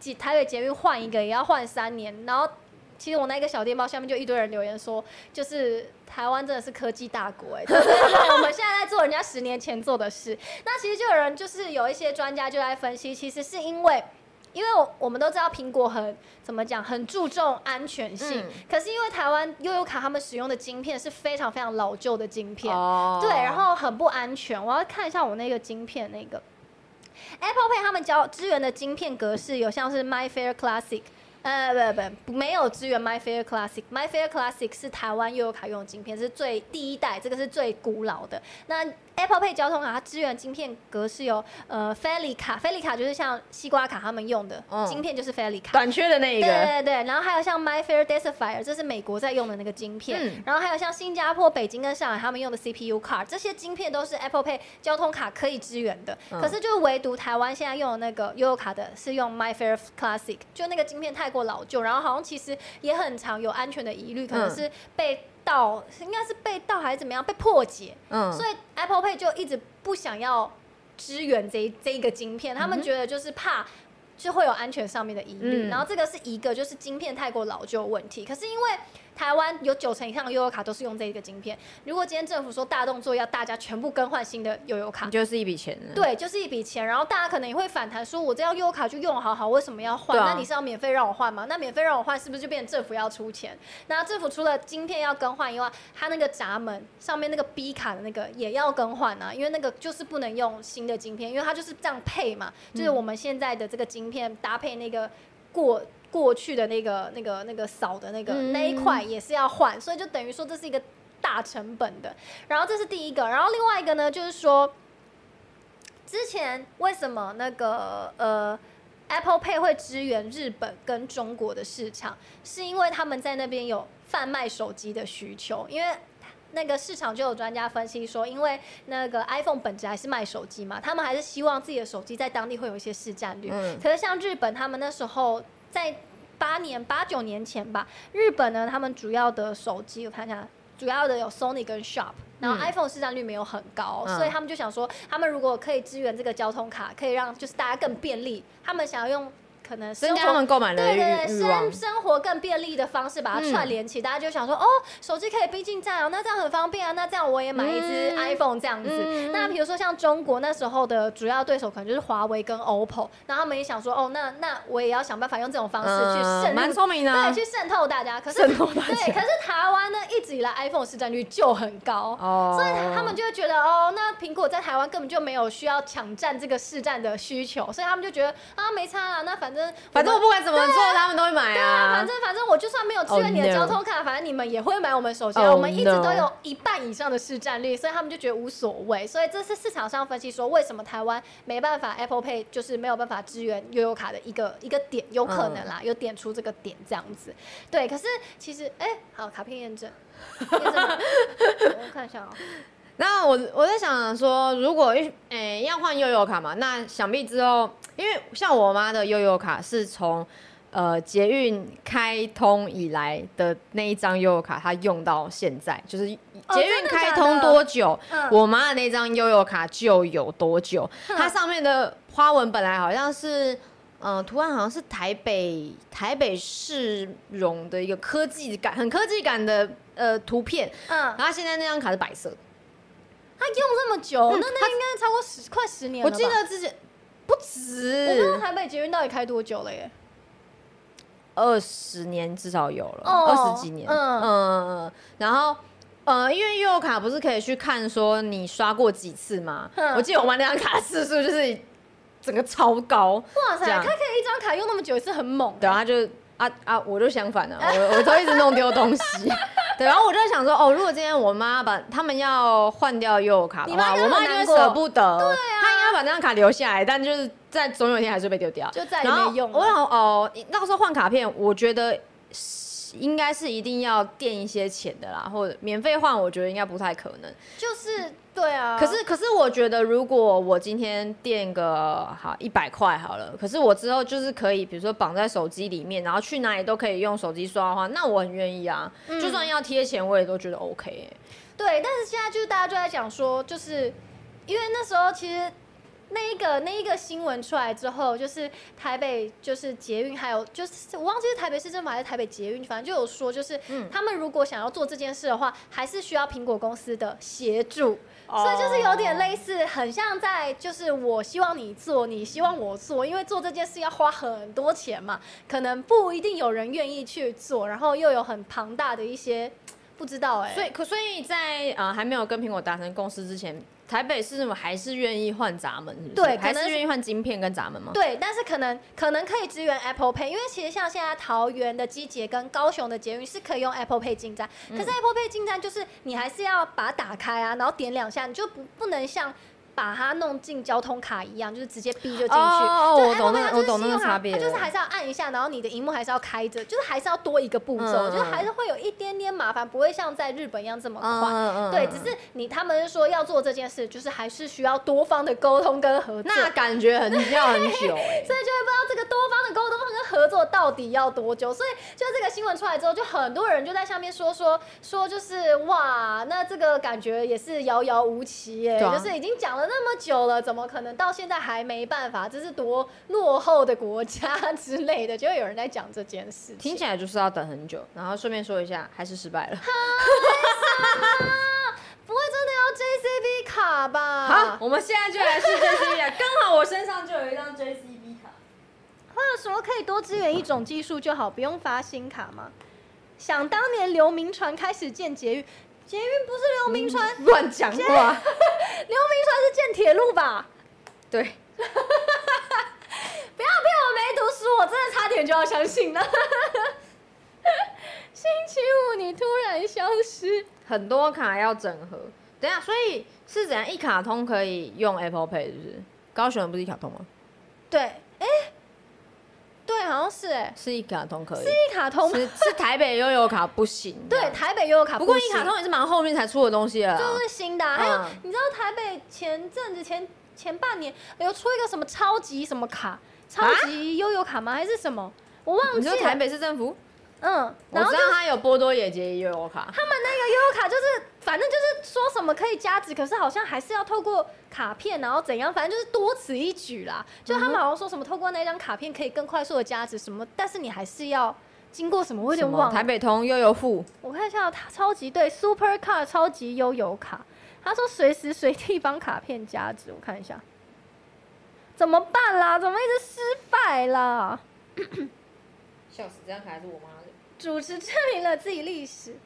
A: 捷台北捷运换一个也要换三年，然后其实我那个小电报下面就一堆人留言说，就是台湾真的是科技大国哎、 就是我们现在在做人家十年前做的事。那其实就有人就是有一些专家就在分析，其实是因为。因为我我们都知道苹果很怎么讲，很注重安全性，
B: 嗯
A: 可是因为台湾悠游卡他们使用的晶片是非常非常老旧的晶片，
B: 哦
A: 对，然后很不安全。我要看一下我那个晶片那个 Apple Pay 他们教支援的晶片格式有像是 MyFair Classic。呃，不不不，没有支援 MyFair Classic。MyFair Classic 是台湾悠游卡用的晶片，是最第一代，这个是最古老的。那 Apple Pay 交通卡它支援晶片格式有呃 Feli 卡，Feli 卡就是像西瓜卡他们用的、
B: 嗯
A: 晶片，就是 Feli 卡。
B: 短缺的那一
A: 对
B: 个，
A: 对对，然后还有像 MyFair Desifier，这是美国在用的那个晶片，
B: 嗯
A: 然后还有像新加坡、北京跟上海他们用的 CPU card，这些晶片都是 Apple Pay 交通卡可以支援的。
B: 嗯
A: 可是就唯独台湾现在用的那个悠游卡的是用 MyFair Classic，就那个晶片太过老旧，然后好像其实也很常有安全的疑虑，可能
B: 嗯
A: 是被盗，应该是被盗还是怎么样被破解。
B: 嗯
A: 所以 Apple Pay 就一直不想要支援这一这一个晶片，他们
B: 嗯哼
A: 觉得就是怕。就会有安全上面的疑虑，
B: 嗯
A: 然后这个是一个就是晶片太过老旧的问题。可是因为台湾有九成以上的悠游卡都是用这一个晶片，如果今天政府说大动作要大家全部更换新的悠游卡，
B: 就是一笔钱了。
A: 对，就是一笔钱，然后大家可能也会反弹说，我这张悠游卡就用好好，为什么要换？
B: 对啊
A: 那你是要免费让我换吗？那免费让我换，是不是就变成政府要出钱？那政府除了晶片要更换以外，它那个闸门上面那个 B 卡的那个也要更换啊，因为那个就是不能用新的晶片，因为它就是这样配嘛，就是
B: 嗯
A: 我们现在的这个晶片搭配那个过。过去的那个、那个、那个扫的那个、
B: 嗯
A: 那一块也是要换，所以就等于说这是一个大成本的。然后这是第一个，然后另外一个呢，就是说之前为什么那个呃 Apple Pay 会支援日本跟中国的市场，是因为他们在那边有贩卖手机的需求，因为。那个市场就有专家分析说，因为那个 iPhone 本质还是卖手机嘛，他们还是希望自己的手机在当地会有一些市占率。
B: 嗯
A: 可是像日本，他们那时候在八年、八九年前吧，日本呢，他们主要的手机，我看一下，主要的有 Sony 跟 Sharp，然后
B: 嗯
A: iPhone 市占率没有很高，
B: 嗯
A: 所以他们就想说，他们如果可以支援这个交通卡，可以让就是大家更便利，他们想要用可能生
B: 增加他
A: 活
B: 们购买的
A: 对对对，
B: 欲欲望
A: 生。生活更便利的方式把它
B: 嗯
A: 串联起，大家就想说，哦，手机可以逼近站哦，那这样很方便啊，那这样我也买一只
B: 嗯
A: iPhone 这样子。
B: 嗯
A: 那比如说像中国那时候的主要对手可能就是华为跟 OPPO，然后他们也想说，哦，那那我也要想办法用这种方式去渗
B: 嗯，蛮
A: 入。
B: 聪明的啊
A: 对，。去渗透大家。可是
B: 渗透大家
A: 对，可是台湾呢，一直以来 iPhone 市占率就很高，
B: 哦，
A: 所以他们就会觉得哦，那苹果在台湾根本就没有需要抢占这个市占的需求，所以他们就觉得啊，没差啊，那反正
B: 反正我
A: 们
B: 不管怎么做，他们都会买
A: 啊，
B: 啊
A: 反。正反正我就算没有支援你
B: Oh,
A: 的
B: no.
A: 交通卡反正你们也会买我们手机啊。
B: Oh,
A: 我们一直
B: no.
A: 都有一半以上的市占率，所以他们就觉得无所谓。所以这是市场上分析说，为什么台湾没办法 Apple Pay 就是没有办法支援悠游卡的一个一个点，有可能
B: 嗯
A: 啦，有点出这个点这样子。对，可是其实哎、好，卡片验证，验证吗我看一下哦、
B: 那我我在想说，如果诶、欸要换悠游卡嘛，那想必之后，因为像我妈的悠游卡是从呃捷运开通以来的那一张悠游卡，她用到现在，就是捷
A: 哦真
B: 运
A: 的
B: 开
A: 假
B: 通
A: 的
B: 多久，
A: 嗯
B: 我妈的那张悠游卡就有多久。它上面的花纹本来好像是。嗯，图案好像是台北台北市容的一个科技感，很科技感的呃图片。
A: 嗯，
B: 然后现在那张卡是白色的，
A: 他用这么久，那那应该超过十快十年
B: 我
A: 了吧
B: 记得之前不
A: 我不知道
B: 止
A: 台北捷运到底开多久了耶。
B: 二十年，至少有了
A: 哦
B: 二十、几年。
A: 嗯
B: 嗯嗯嗯。然后呃，因为悠游卡不是可以去看说你刷过几次吗？
A: 嗯
B: 我记得我玩那张卡的次数就是整个超高，
A: 哇塞，
B: 这
A: 他
B: 样
A: 可以一张卡用那么久也是很猛的
B: 对，。他就啊啊，我就相反了、我我都一直弄丢东西。 对，然后我就在想说，哦，如果今天我妈把他们要换掉悠游卡的
A: 你
B: 话，
A: 妈应该
B: 我妈
A: 很
B: 就会
A: 难过
B: 舍不得，对啊，她应该把那张卡留下来，但就是在总有一天还是被丢掉，
A: 就再也没
B: 然后
A: 用了
B: 我想哦，那个时候换卡片，我觉得是应该是一定要垫一些钱的啦，或者免费换，我觉得应该不太可能。
A: 就是对啊，
B: 可是，可是我觉得，如果我今天垫个好一百块好了，可是我之后就是可以，比如说绑在手机里面，然后去哪里都可以用手机刷的话，那我很愿意啊。
A: 嗯
B: 就算要贴钱，我也都觉得 OK 欸、
A: 对，但是现在就是大家就在讲说，就是因为那时候其实那一个那一个新闻出来之后，就是台北就是捷运，还有就是我忘记是台北市政府还是台北捷运，反正就有说，就是、
B: 嗯
A: 他们如果想要做这件事的话，还是需要苹果公司的协助。哦所以就是有点类似，很像在就是我希望你做，你希望我做，因为做这件事要花很多钱嘛，可能不一定有人愿意去做，然后又有很庞大的一些不知道哎、
B: 所以可所以在呃还没有跟苹果达成共识之前，台北市政府还是愿意换闸门，是不是
A: 对可
B: 还
A: 能
B: 是
A: 是
B: 愿意换晶片跟闸门吗？
A: 对，但是可能可能可以支援 Apple Pay，因为其实像现在桃园的机捷跟高雄的捷运是可以用 Apple Pay 进站，
B: 嗯
A: 可是 Apple Pay 进站就是你还是要把它打开啊，然后点两下，你就不不能像。把它弄进交通卡一样，就是直接逼就进去。
B: 哦
A: 就
B: 我
A: Apple Pay
B: 懂那
A: 它就
B: 我
A: 是
B: 懂
A: 信
B: 那个
A: 用卡
B: 差别
A: 它就是
B: 了
A: 还是要按一下，然后你的荧幕还是要开着，就是还是要多一个步骤，
B: 嗯
A: 就是还是会有一点点麻烦，不会像在日本一样这么快。
B: 嗯
A: 对，只是你他们说要做这件事，就是还是需要多方的沟通跟合作。
B: 那感觉很要很久 哎、
A: 所以就会不知道这个多方的沟通跟合作到底要多久。所以就这个新闻出来之后，就很多人就在下面说说说，就是哇，那这个感觉也是遥遥无期耶、
B: 对啊
A: 就是已经讲了那么久了，怎么可能到现在还没办法？这是多落后的国家 之类的，就会有人在讲这件事
B: 听
A: 情。
B: 起来就是要等很久。然后顺便说一下，还是失败了。
A: 不会真的要 JCB 卡吧？
B: 好，我们现在就来试 JCB 啊！刚好我身上就有一张 JCB 卡。
A: 话说，可以多支援一种技术就好，不用发新卡吗？想当年刘铭传开始建捷运，捷运不是刘铭传，
B: 乱讲 话。
A: 刘铭传是建铁路吧？不
B: 对，
A: 要骗我没读书，我真的差点就要相信了。 星期五你突然消失，
B: 很多卡要整合。等一下，所以是怎样一卡通可以用 Apple Pay 是不是？高雄人不是一卡通吗？
A: 对，哎、对，好像是哎、
B: 是一卡通可以，
A: 一卡通
B: 是是台北悠游卡不行。啊
A: 对，台北悠游卡
B: 不过一
A: 行
B: 卡通也是蛮后面才出的东西了啦。
A: 就是新的啊、还有、
B: 嗯
A: 你知道台北前阵子前前半年有出一个什么超级什么卡，超级悠游卡吗？还是什么？我忘
B: 你
A: 记
B: 说
A: 了。
B: 台北市政府，
A: 嗯，
B: 我
A: 然后
B: 知
A: 就
B: 道它有波多野结衣悠游卡。
A: 他们那个悠游卡就是，反正就是说什么可以加值，可是好像还是要透过卡片，然后怎样，反正就是多此一举啦。就他们好像说什么透过那张卡片可以更快速的加值什么，但是你还是要经过什么，我有
B: 什
A: 点
B: 么
A: 忘了。
B: 台北通悠游付，
A: 我看一下，他超级对 Super Car 超级悠游卡，他说随时随地帮卡片加值，我看一下，怎么办啦？怎么一直失败啦？
B: 笑死，这张卡还是我妈的。
A: 主持证明了自己历史，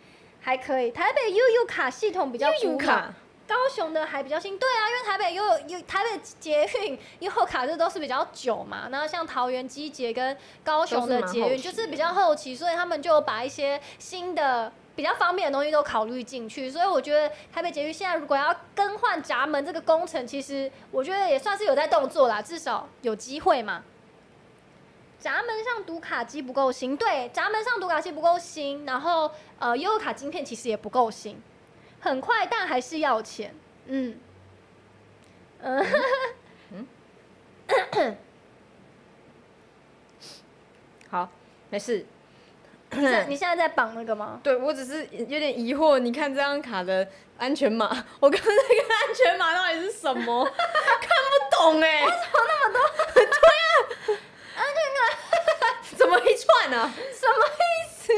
A: 还可以。台北悠游卡系统比较
B: 悠游
A: 古老
B: 卡，
A: 高雄的还比较新。对啊，因为台北悠悠台北捷运悠游卡这都是比较久嘛，那像桃园机捷跟高雄的捷
B: 都是蛮后
A: 运
B: 期的
A: 就是比较后期，所以他们就把一些新的。比较方便的东西都考虑进去，所以我觉得台北捷运现在如果要更换闸门这个工程，其实我觉得也算是有在动作啦，至少有机会嘛。闸门上读卡机不够新，对，闸门上读卡机不够新，然后呃，优卡晶片其实也不够新，很快，但还是要钱，嗯，嗯，
B: 好，没事。嗯
A: 这你现在在绑那个吗？
B: 对我只是有点疑惑，你看这张卡的安全码，我刚刚那个安全码到底是什么？看不懂哎、为什么 那么多？对啊，安全码 怎么一串呢、啊？
A: 什么意思？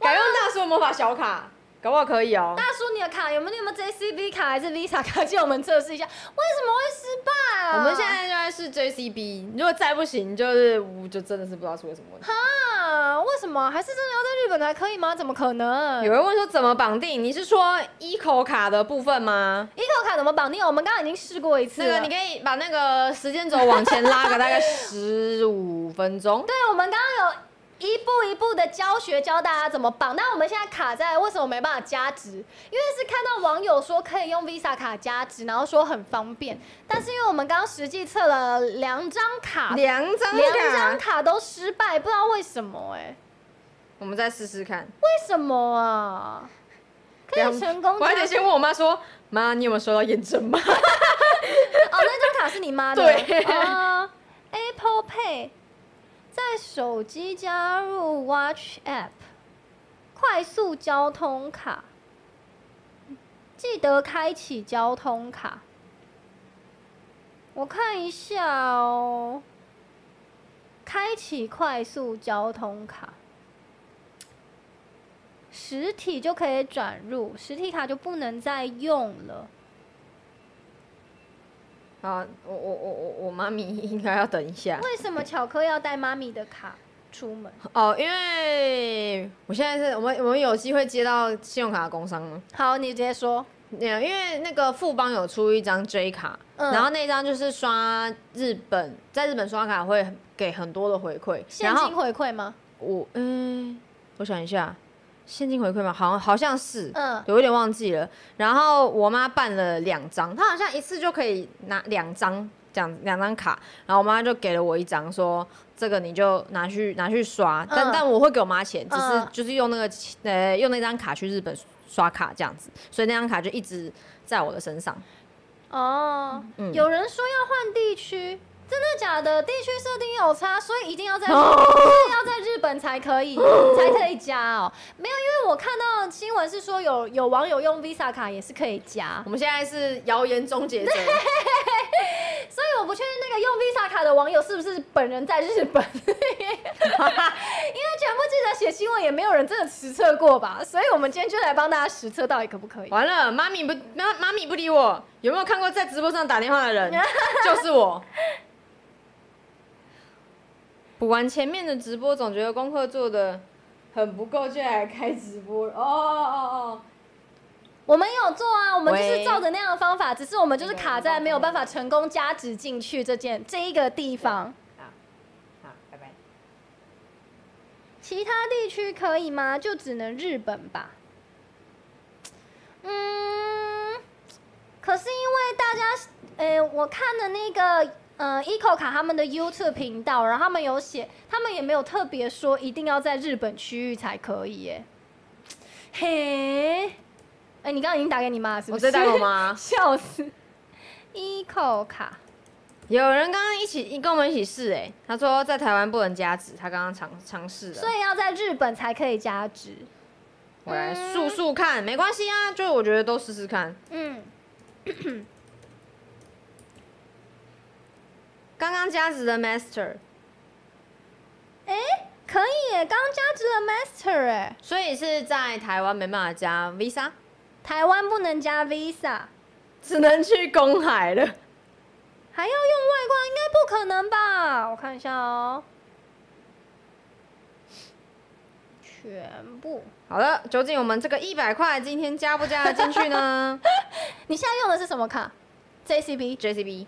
B: 改用大叔的魔法小卡，搞不好可以哦。
A: 大叔，你的卡有没有你有没有 JCB 卡还是 Visa 卡？借我们测试一下，为什么会失败啊？
B: 我们现在就在试 JCB，如果再不行，就是我就真的是不知道出了什么问题。
A: 啊，为什么？还是真的要在日本才可以吗？怎么可能？
B: 有人问说怎么绑定？你是说 eco 卡的部分吗？
A: 一口卡怎么绑定？我们刚刚已经试过一次
B: 那
A: 了。
B: 个你可以把那个时间轴往前拉个大概十五分钟。
A: 对，我们刚刚有一步一步的教学教大家怎么绑，但我们现在卡在为什么没办法加值？因为是看到网友说可以用 Visa 卡加值，然后说很方便，但是因为我们刚刚实际测了两张卡，两
B: 两张
A: 张
B: 卡，
A: 卡都失败，不知道为什么哎、
B: 我们再试试看。
A: 为什么啊？可
B: 两
A: 以成功
B: 我还得
A: 加
B: 先问我妈说：“妈，你有没有收到验证码
A: 哦，那张卡是你妈的。
B: 对
A: 啊 Apple Pay 在手机加入 Watch App，快速交通卡，记得开启交通卡。我看一下哦，开启快速交通卡，实体就可以转入，实体卡就不能再用了。
B: 好，我我我我我妈咪应该要等一下
A: 为什么巧克要带妈咪的卡出门？
B: 哦，因为我现在是我们我们有机会接到信用卡的工商吗？
A: 好，你直接说。
B: 没有，因为那个富邦有出一张 J 卡，
A: 嗯
B: 然后那张就是刷日本，在日本刷卡会给很多的回馈，
A: 现
B: 然
A: 金
B: 后
A: 回馈吗？
B: 我嗯、我想一下，现金回馈吗？好像好像是，
A: 嗯
B: 有一点忘记了。然后我妈办了两张，她好像一次就可以拿两张。两两张卡，然后我妈就给了我一张，说这个你就拿去拿去刷，但
A: 嗯
B: 但我会给我妈钱，只是
A: 嗯
B: 就是用那个钱呃用那张卡去日本刷卡这样子，所以那张卡就一直在我的身上。
A: 哦，
B: 嗯
A: 有人说要换地区，真的假的？地区设定有差，所以一定 要在日，
B: 哦
A: 所以要在日本才 可以，才可以加哦。没有，因为我看到新闻是说有有网友用 Visa 卡也是可以加，
B: 我们现在是谣言终结者，
A: 所以我不确定那个用 Visa 卡的网友是不是本人在日本， 因为全部记者写新闻也没有人真的实测过吧，所以我们今天就来帮大家实测到底可不可以。
B: 完了，妈咪不妈妈咪不理我，有没有看过在直播上打电话的人？就是我。补完前面的直播，总觉得功课做的很不够，就来开直播。哦哦
A: 我们有做啊，我们就是
B: 喂
A: 照着那样的方法，只是我们就是卡在没有办法成功加值进去这件这一个地方。
B: 哦，好，好，拜拜。
A: 其他地区可以吗？就只能日本吧。嗯，可是因为大家，呃，我看的那个呃 Eco 卡他们的 YouTube 频道，然后他们有写，他们也没有特别说一定要在日本区域才可以耶。嘿，哎、你刚刚已经打给你妈了是
B: 我
A: 不是？
B: 在打我吗？
A: 笑死！Eco 卡，
B: 有人刚刚一起跟我们一起试哎、他说在台湾不能加值，他刚刚尝尝试了
A: 所。以要在日本才可以加值。
B: 我来数数看，没关系啊，就我觉得都试试看。
A: 嗯，
B: 刚刚加值的 Master，
A: 哎、可以耶，刚加值了 Master 哎，
B: 所以是在台湾没办法加 Visa，
A: 台湾不能加 Visa，
B: 只能去公海了。
A: 还要用外挂，应该不可能吧？我看一下哦，全部。
B: 好了，究竟我们这个一百块今天加不加得进去 呢
A: 你现在用的是什么卡？JCB。
B: ？JCB，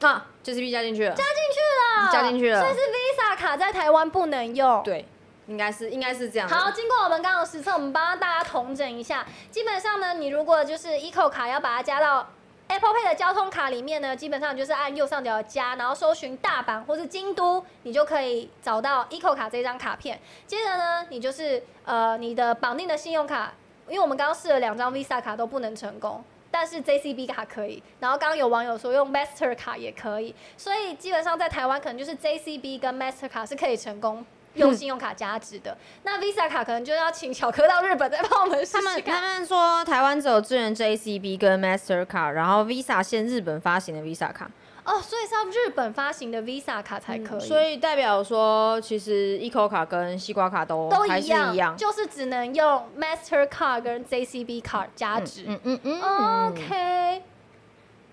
B: 啊，JCB 加进去了，
A: 加进去了，
B: 加进去了
A: 啊所以是 Visa 卡在台湾不能用。
B: 对，应该是应该是这样的。
A: 好，经过我们刚刚的实测，我们帮大家统整一下。基本上呢，你如果就是 Eco 卡要把它加到 Apple Pay 的交通卡里面呢，基本上就是按右上角的加，然后搜寻大阪或是京都，你就可以找到 Eco 卡这张卡片。接着呢，你就是呃你的绑定的信用卡，因为我们刚刚试了两张 Visa 卡都不能成功。但是 JCB 卡可以，然后刚刚有网友说用 Master 卡也可以，所以基本上在台湾可能就是 JCB 跟 Master 卡是可以成功用信用卡加值的。那 Visa 卡可能就要请小柯到日本再帮我们试
B: 他
A: 试
B: 们他
A: 看。
B: 们说台湾只有支援 JCB 跟 Master 卡，然后 Visa 限日本发行的 Visa 卡。嗯
A: 哦，所以是要日本发行的 Visa 卡才嗯可以，
B: 所以代表说，其实 eco 卡跟西瓜卡都
A: 都
B: 还
A: 一
B: 是一样。
A: 就是只能用 Master 卡跟 JCB 卡加值。
B: 嗯嗯嗯
A: OK，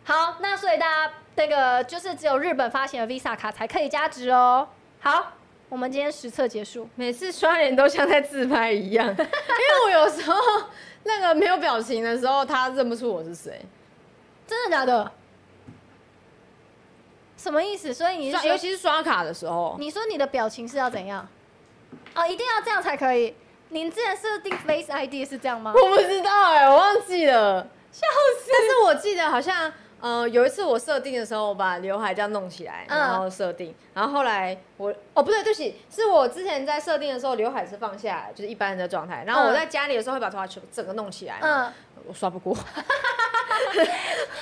A: 好，那所以大家那个就是只有日本发行的 Visa 卡才可以加值哦。好，我们今天实测结束。
B: 每次刷脸都像在自拍一 样，因为我有时候那个没有表情的时候，他认不出我是谁。
A: 真的假的？什么意思？所以你是
B: 刷尤
A: 说，
B: 其是刷卡的时候，
A: 你说你的表情是要怎样？哦，一定要这样才可以。您之前设定 Face ID 是这样吗？
B: 我不知道哎、我忘记了。
A: 笑死！
B: 但是我记得好像，呃，有一次我设定的时候，我把刘海这样弄起来，
A: 嗯
B: 然后设定，然后后来我，哦，不对，对不起，是我之前在设定的时候，刘海是放下来，就是一般人的状态。然后我
A: 嗯
B: 在家里的时候会把头发全整个弄起来，嗯，
A: 嗯
B: 我刷不过，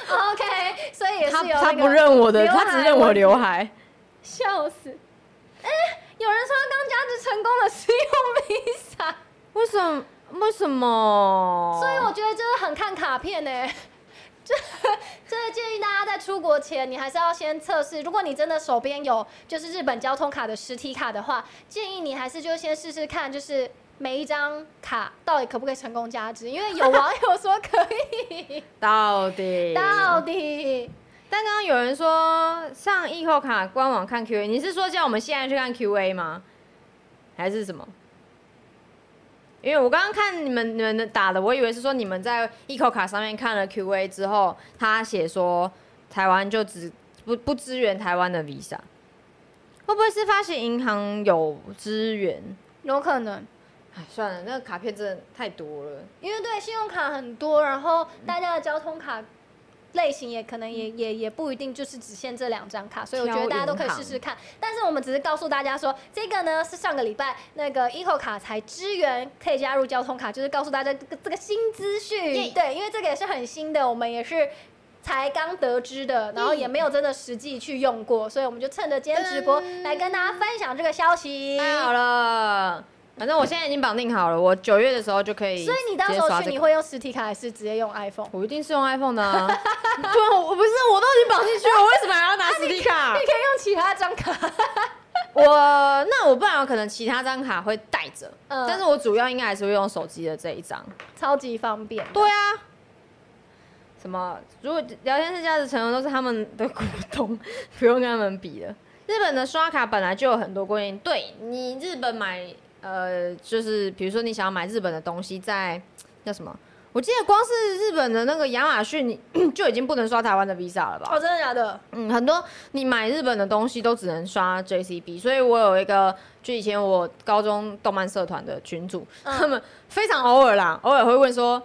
A: 哦，OK，所以也是有、
B: 他
A: 那
B: 他
A: 个
B: 不认我的，
A: 刘海
B: 他只认我刘海。
A: 笑死！哎、有人说他刚加值成功了，是用 Visa。
B: 为什么？为什么？
A: 所以我觉得就是很看卡片呢、 这这个建议大家在出国前，你还是要先测试。如果你真的手边有就是日本交通卡的实体卡的话，建议你还是就先试试看，就是每一张卡到底可不可以成功加值，因为有网友说可以，
B: 到底
A: 到底
B: 但刚刚有人说上易购卡官网看 Q A，你是说叫我们现在去看 Q A 吗？还是什么？因为我刚刚看你们你们的打的，我以为是说你们在易购卡上面看了 Q A 之后，他写说台湾就只不不支援台湾的 Visa，会不会是发行银行有支援？
A: 有可能。
B: 哎，算了，那个卡片真的太多了。
A: 因为对信用卡很多，然后大家的交通卡类型也可能也、
B: 嗯
A: 也也不一定就是只限这两张卡，所以我觉得大家都可以试试看。但是我们只是告诉大家说，这个呢是上个礼拜那个 Eco 卡才支援可以加入交通卡，就是告诉大家这个这个新资讯。
B: 耶
A: 对，因为这个也是很新的，我们也是。才刚得知的，然后
B: 嗯
A: 也没有真的实际去用过，所以我们就趁着今天直播
B: 嗯
A: 来跟大家分享这个消息。
B: 太好了，反正我现在已经绑定好了，我九月的时候就可以直
A: 所
B: 接刷这个。
A: 以你到时候去，你会用实体卡还是直接用 iPhone？
B: 我一定是用 iPhone 的、啊。 对啊，我我不是我都已经绑进去了，我为什么还要 拿实体卡
A: 你？可以用其他张卡。
B: 我那我不然我可能其他张卡会带着，
A: 嗯
B: 但是我主要应该还是会用手机的这一张。
A: 超级方便。
B: 对啊，什么？如果聊天室价值成员都是他们的股东， 不用跟他们比了。日本的刷卡本来就有很多规定，对你日本买呃，就是比如说你想要买日本的东西在，叫什么？我记得光是日本的那个亚马逊，你 就已经不能刷台湾的 Visa 了吧？
A: 哦，真的假的？
B: 嗯，很多你买日本的东西都只能刷 JCB，所以我有一个，就以前我高中动漫社团的群主，
A: 嗯
B: 他们非常偶尔啦，偶尔会问说，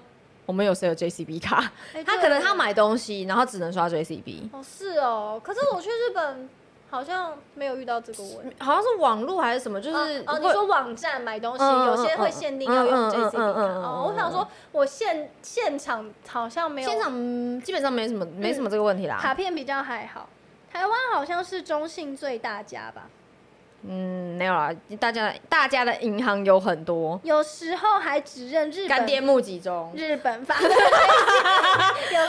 B: 我们有谁有 JCB 卡？
A: 哎
B: 他
A: 对
B: 可能他买东西，然后只能刷 JCB，
A: 哦是哦，可是我去日本好像没有遇到这个问题。
B: 好像是网络还是什么，就是
A: 哦，哦你
B: 会
A: 说网站买东西，
B: 嗯嗯
A: 有些会限定要用
B: 嗯嗯
A: JCB
B: 嗯嗯
A: 卡。
B: 嗯嗯
A: 哦，我想说，我现现场好像没有，嗯
B: 现场嗯基本上没什么没什么这个问题
A: 卡
B: 啦。
A: 片比较还好。台湾好像是中信最大家吧，
B: 嗯，没有啦，大家大家的银行有很多，
A: 有时候还只认日
B: 干
A: 本
B: 爹募集中，
A: 日本 发的，有时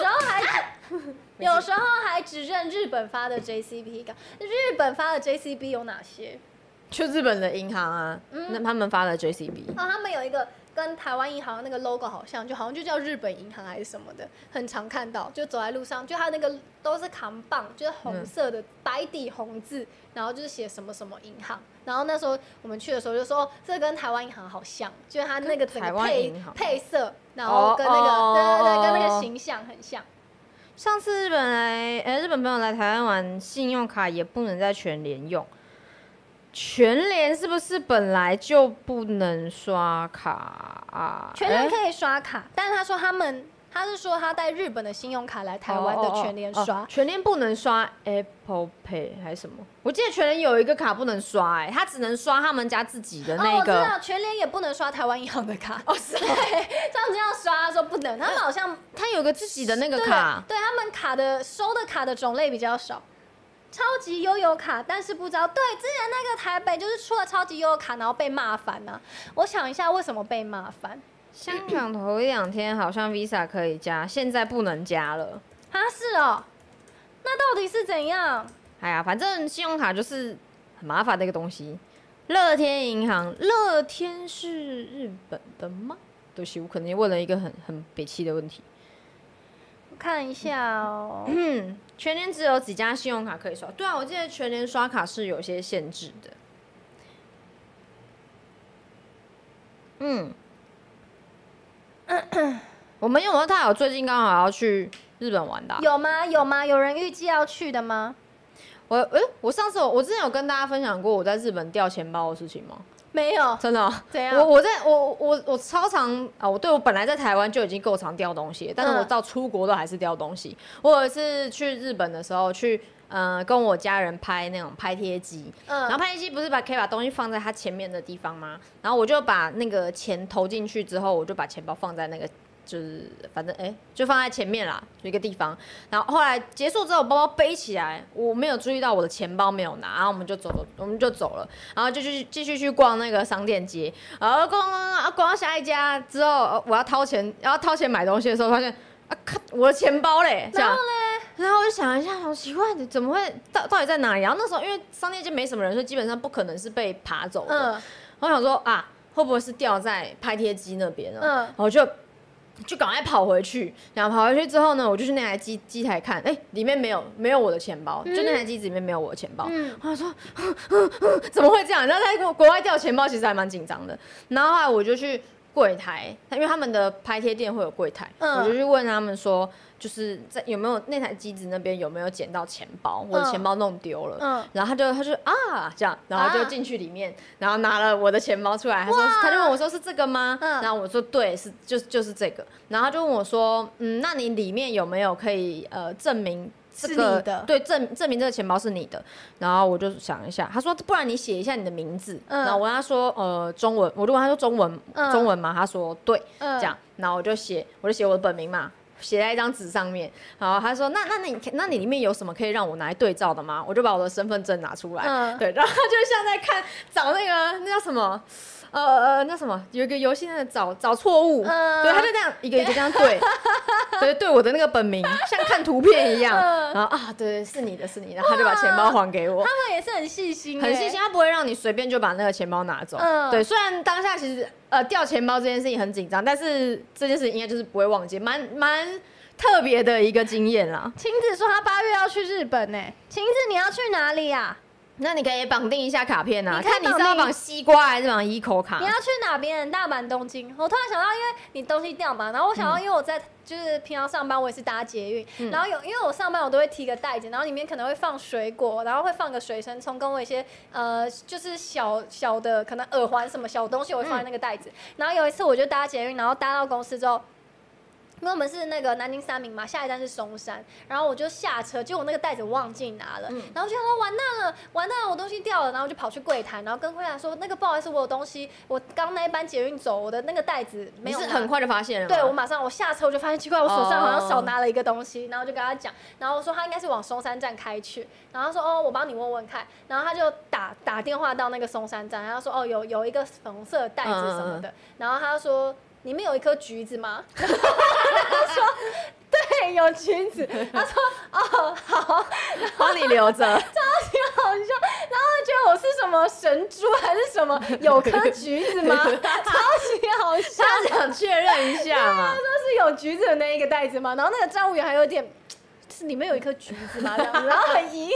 A: 候还只有时候还只认日本发的 JCB 卡。日本发的 JCB 有哪些？
B: 就日本的银行啊，
A: 嗯
B: 那他们发了 JCB。
A: 哦，他们有一个跟台湾银行那个 logo 好像，就好像就叫日本银行还是什么的，很常看到。就走在路上，就它那个都是扛棒，就是红色的、白底红字，然后就是写什么什么银行。然后那时候我们去的时候就说，哦这跟台湾银行好像，就是它那个整
B: 台
A: 个
B: 湾
A: 配
B: 银行
A: 配色，然后跟那个、
B: 哦
A: 对对对，跟那
B: 哦
A: 个形象很像。
B: 上次日本来，呃、日本朋友来台湾玩，信用卡也不能在全联用。全联是不是本来就不能刷卡啊？
A: 全联
B: 诶
A: 可以刷卡，但是他说他们，他是说他带日本的信用卡来台湾
B: 哦
A: 的
B: 哦哦
A: 全联
B: 哦
A: 刷。
B: 全联不能刷 Apple Pay 还是什么？我记得全联有一个卡不能刷、诶，哎，他只能刷他们家自己的
A: 哦，
B: 那
A: 我知
B: 个。
A: 道，全联也不能刷台湾银行的卡。哦， 是。对，上次要刷，他说不能，他们好像
B: 他有个自己的那个
A: 对
B: 卡，
A: 对他们卡的收的卡的种类比较少。超级悠游卡，但是不知道对之前那个台北就是出了超级悠游卡，然后被骂翻呢、啊我想一下为什么被骂翻
B: 香港头一两天好像 Visa 可以加，现在不能加了。
A: 啊？是哦，那到底是怎样？
B: 哎呀，反正信用卡就是很麻烦的一个东西。乐天银行，乐天是日本的吗？对不起，我可能问了一个很很北气的问题。
A: 我看一下哦。
B: 嗯，全年只有几家信用卡可以刷？对啊，我记得全年刷卡是有些限制的。嗯，我们有没有他有最近刚好要去日本玩的啊、
A: 有吗？有吗？有人预计要去的吗？
B: 我诶、我上次有我之前有跟大家分享过我在日本掉钱包的事情吗？
A: 没有，
B: 真的哦、
A: 怎样？
B: 我我在我我我超常啊，我对我本来在台湾就已经够常掉东西，但是
A: 嗯
B: 我到出国都还是掉东西。我有一次去日本的时候，去呃跟我家人拍那种拍贴机，然后
A: 嗯，
B: 拍贴机不是把可以把东西放在它前面的地方吗？然后我就把那个钱投进去之后，我就把钱包放在那个就是反正哎、就放在前面啦，有一个地方。然后后来结束之后，我包包背起来，我没有注意到我的钱包没有拿，然后我们就走，我们就走了，然后就去继续去逛那个商店街，然后逛逛逛逛到下一家之后，呃我要掏钱，要掏钱买东西的时候，发现啊，看我的钱包嘞，这
A: 然
B: 样
A: 后。嘞，
B: 然后我就想一下，好奇怪，你怎么会到到底在哪里？然后那时候因为商店街没什么人，所以基本上不可能是被爬走的。
A: 嗯，
B: 我想说啊，会不会是掉在拍贴机那边呢？
A: 嗯
B: 然后我就就赶快跑回去，然后跑回去之后呢，我就去那台机机台看，哎、里面没有没有我的钱包，就那台机子里面没有我的钱包。
A: 嗯
B: 我想说，怎么会这样？然后在国国外掉钱包其实还蛮紧张的。然后后来我就去柜台，因为他们的拍贴店会有柜台，
A: 嗯
B: 我就去问他们说，就是在有没有那台机子那边有没有捡到钱包，我的
A: 嗯
B: 钱包弄丢了。
A: 嗯
B: 然后他就他就啊这样，然后就
A: 啊
B: 进去里面，然后拿了我的钱包出来，他说他就问我说是这个吗？
A: 嗯
B: 然后我说对，是就就是这个，然后他就问我说，嗯，那你里面有没有可以呃证明？这
A: 是
B: 个
A: 你的
B: 对证证明这个钱包是你的，然后我就想一下，他说不然你写一下你的名字，
A: 嗯
B: 然后我跟他说呃中文，我就问他说中文、
A: 嗯
B: 中文吗？他说对，
A: 嗯
B: 这样，然后我就写，我就写我的本名嘛，写在一张纸上面。然后他说：“那那你那你里面有什么可以让我拿来对照的吗？”我就把我的身份证拿出来，
A: 嗯
B: 对，然后他就像在看找那个那叫什么，呃呃，那什么，有一个游戏那个找找错误，
A: 嗯
B: 对，他就这样一个一个这 样对，对对我的那个本名，像看图片一样。
A: 嗯
B: 然后啊，对对，是你的，是你的，他就把钱包还给我。
A: 他们也是很细心欸，
B: 很细心，啊他不会让你随便就把那个钱包拿走。
A: 嗯
B: 对，虽然当下其实呃掉钱包这件事情很紧张，但是这件事情应该就是不会忘记，蛮蛮特别的一个经验啦。
A: 晴子说她八月要去日本呢、晴子你要去哪里啊？
B: 那你可以绑定一下卡片啊，
A: 你可以
B: 看你是要
A: 绑定
B: 绑西瓜还是绑 eco 卡
A: 你。要去哪边？大阪、东京。我突然想到，因为你东西掉嘛，然后我想到，因为我在就是平常上班，我也是搭捷运，然后有因为我上班我都会提个袋子，然后里面可能会放水果，然后会放个水生葱，跟我一些呃就是小小的可能耳环什么小东西，我会放在那个袋子。然后有一次我就搭捷运，然后搭到公司之后。因为我们是那个南京三明嘛，下一站是松山，然后我就下车，结果我那个袋子忘记拿
B: 嗯
A: 了，然后我就想说完蛋了，完蛋了，我东西掉了，然后我就跑去柜台，然后跟柜台说那个不好意思，我有东西，我刚那一班捷运走，我的那个袋子没
B: 你
A: 有
B: 是
A: 拿
B: 很快就发现了吗？
A: 对我马上我下车我就发现奇怪，我手上好像
B: 哦
A: 少拿了一个东西然后就跟他讲，然后我说他应该是往松山站开去，然后他说哦我帮你问问看，然后他就打打电话到那个松山站，然后说哦有有一个粉红色的袋子什
B: 嗯
A: 么的，然后他说里面有一颗橘子吗？ 然后他说对有橘子，他说哦好。
B: 帮你留 着。
A: 挺好笑，然后觉得我是什么神猪还是什么有颗橘子 吗？超级好笑，
B: 他想确认一下嘛
A: 他，说是有橘子的那一个袋子吗？然后那个站务员还有点，是里面有一颗橘子吗？这样 子，然后很疑惑，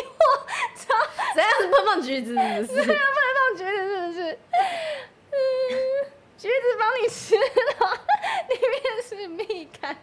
A: 超
B: 怎样是碰碰橘子是不 是？
A: 放橘子是不是？嗯，橘子帮你吃了，里面是蜜柑。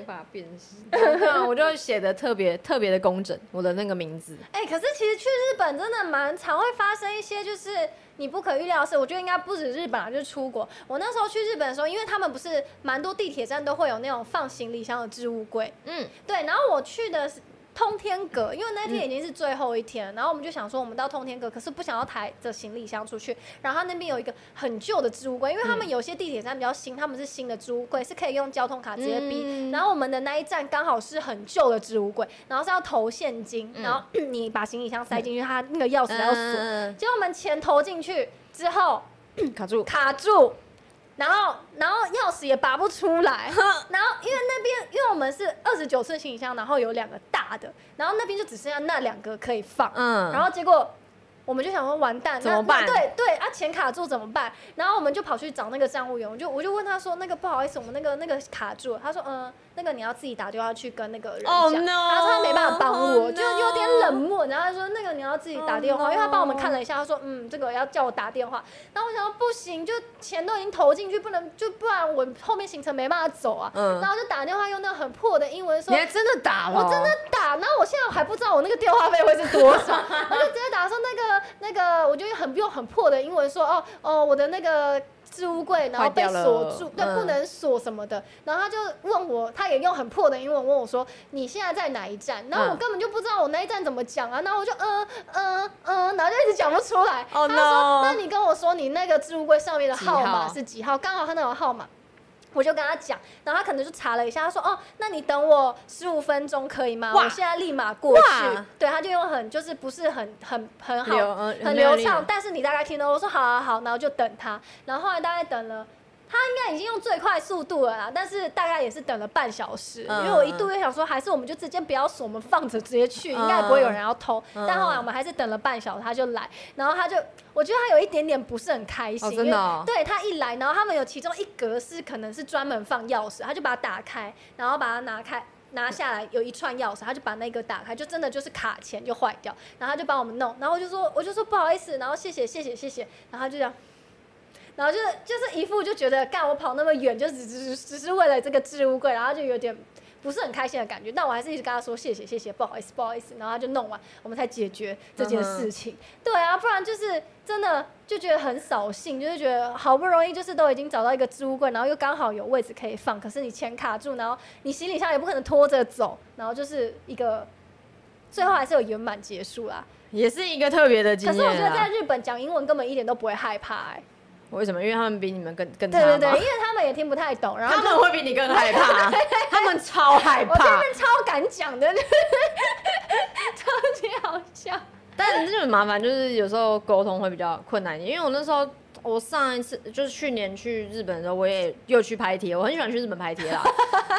B: 无法辨 识。对啊，我就写的特别特别的工整，我的那个名字。
A: 哎、可是其实去日本真的蛮常会发生一些就是你不可预料的事。我觉得应该不止日本啊，就是出国。我那时候去日本的时候，因为他们不是蛮多地铁站都会有那种放行李箱的置物柜，
B: 嗯，
A: 对。然后我去的是通天阁，因为那天已经是最后一天了，然后我们就想说我们到通天阁，可是不想要抬着行李箱出去。然后它那边有一个很旧的置物柜，因为他们有些地铁站比较新，他们是新的置物柜，是可以用交通卡直接逼。
B: 嗯
A: 然后我们的那一站刚好是很旧的置物柜，然后是要投现金，
B: 嗯
A: 然后 你把行李箱塞进去，它那个钥匙还要锁。
B: 嗯
A: 结果我们钱投进去之后
B: 卡住。
A: 卡住，然后然后钥匙也拔不出来，然后因为那边因为我们是二十九寸行李箱，然后有两个大的，然后那边就只剩下那两个可以放，
B: 嗯
A: 然后结果。我们就想说完蛋，
B: 怎
A: 那
B: 么办
A: 那对对啊，钱卡住怎么办？然后我们就跑去找那个站务员，我就我就问他说，那个不好意思，我们那个那个卡住了。他说，嗯、那个你要自己打电话去跟那个人讲。
B: Oh no，
A: 他说他没办法帮我
B: oh
A: 就有点冷漠。然后他说那个你要自己打电话
B: Oh no
A: 因为他帮我们看了一下，他说嗯，这个要叫我打电话。然后我想说不行，就钱都已经投进去，不能就不然我后面行程没办法走啊。
B: 嗯
A: 然后就打电话用那个很破的英文说
B: 你还真的打了哦？
A: 我真的打，然后我现在还不知道我那个电话费会是多少，我就直接打说那个那个我就很用很破的英文说哦哦我的那个置物柜然后被
B: 坏掉了
A: 锁住，对，
B: 嗯
A: 不能锁什么的。然后他就问我，他也用很破的英文问我说你现在在哪一站？然后我
B: 嗯
A: 根本就不知道我那一站怎么讲啊，然后我就嗯嗯嗯，然后就一直讲不出来。
B: Oh
A: 他就说
B: no
A: 那你跟我说你那个置物柜上面的
B: 几
A: 号码
B: 号
A: 是几号？刚好他那有号码。我就跟他讲，然后他可能就查了一下，他说：“哦，那你等我十五分钟可以吗？
B: 哇
A: 我现在立马过去
B: 哇。”
A: 对，他就用很就是不是很很很好
B: 流呃
A: 很
B: 很流
A: 流
B: 利
A: 畅
B: 的，
A: 但是你大概听得懂。我说：“好啊好。”然后就等他，然后后来大概等了。他应该已经用最快速度了啦，但是大概也是等了半小时，
B: 嗯
A: 因为我一度就想说，还是我们就直接不要锁，我们放着直接去，应该也不会有人要偷。
B: 嗯
A: 但后来我们还是等了半小时，他就来，然后他就，我觉得他有一点点不是很开心，
B: 哦真的哦
A: 因为对他一来，然后他们有其中一格是可能是专门放钥匙，他就把它打开，然后把它拿开。拿下来有一串钥匙，他就把那个打开，就真的就是卡钳就坏掉，然后他就帮我们弄，然后我就说我就说不好意思，然后谢谢谢谢谢谢，然后他就这样，然后就是就是一副就觉得干我跑那么远，就只只只是为了这个置物柜，然后他就有点不是很开心的感觉，但我还是一直跟他说谢谢谢谢，不好意思不好意思，然后他就弄完，我们才解决这件事情。对啊，不然就是真的就觉得很扫兴，就是觉得好不容易就是都已经找到一个置物柜，然后又刚好有位置可以放，可是你钱卡住，然后你行李箱也不可能拖着走，然后就是一个最后还是有圆满结束啦。
B: 也是一个特别的经
A: 可
B: 验啊
A: 是我觉得
B: 啦
A: 在日本讲英文根本一点都不会害怕、欸，
B: 为什么？因为他们比你们更更差
A: 对对对，
B: 吗
A: 因为他们也啊听不太懂，然后
B: 他们会比你更害怕，他们超害
A: 我觉得他
B: 怕。
A: 们超敢讲的， 超级好笑。
B: 但这种麻烦就是有时候沟通会比较困难一点，因为我那时候我上一次就是去年去日本的时候，我也又去拍贴，我很喜欢去日本拍 贴啦，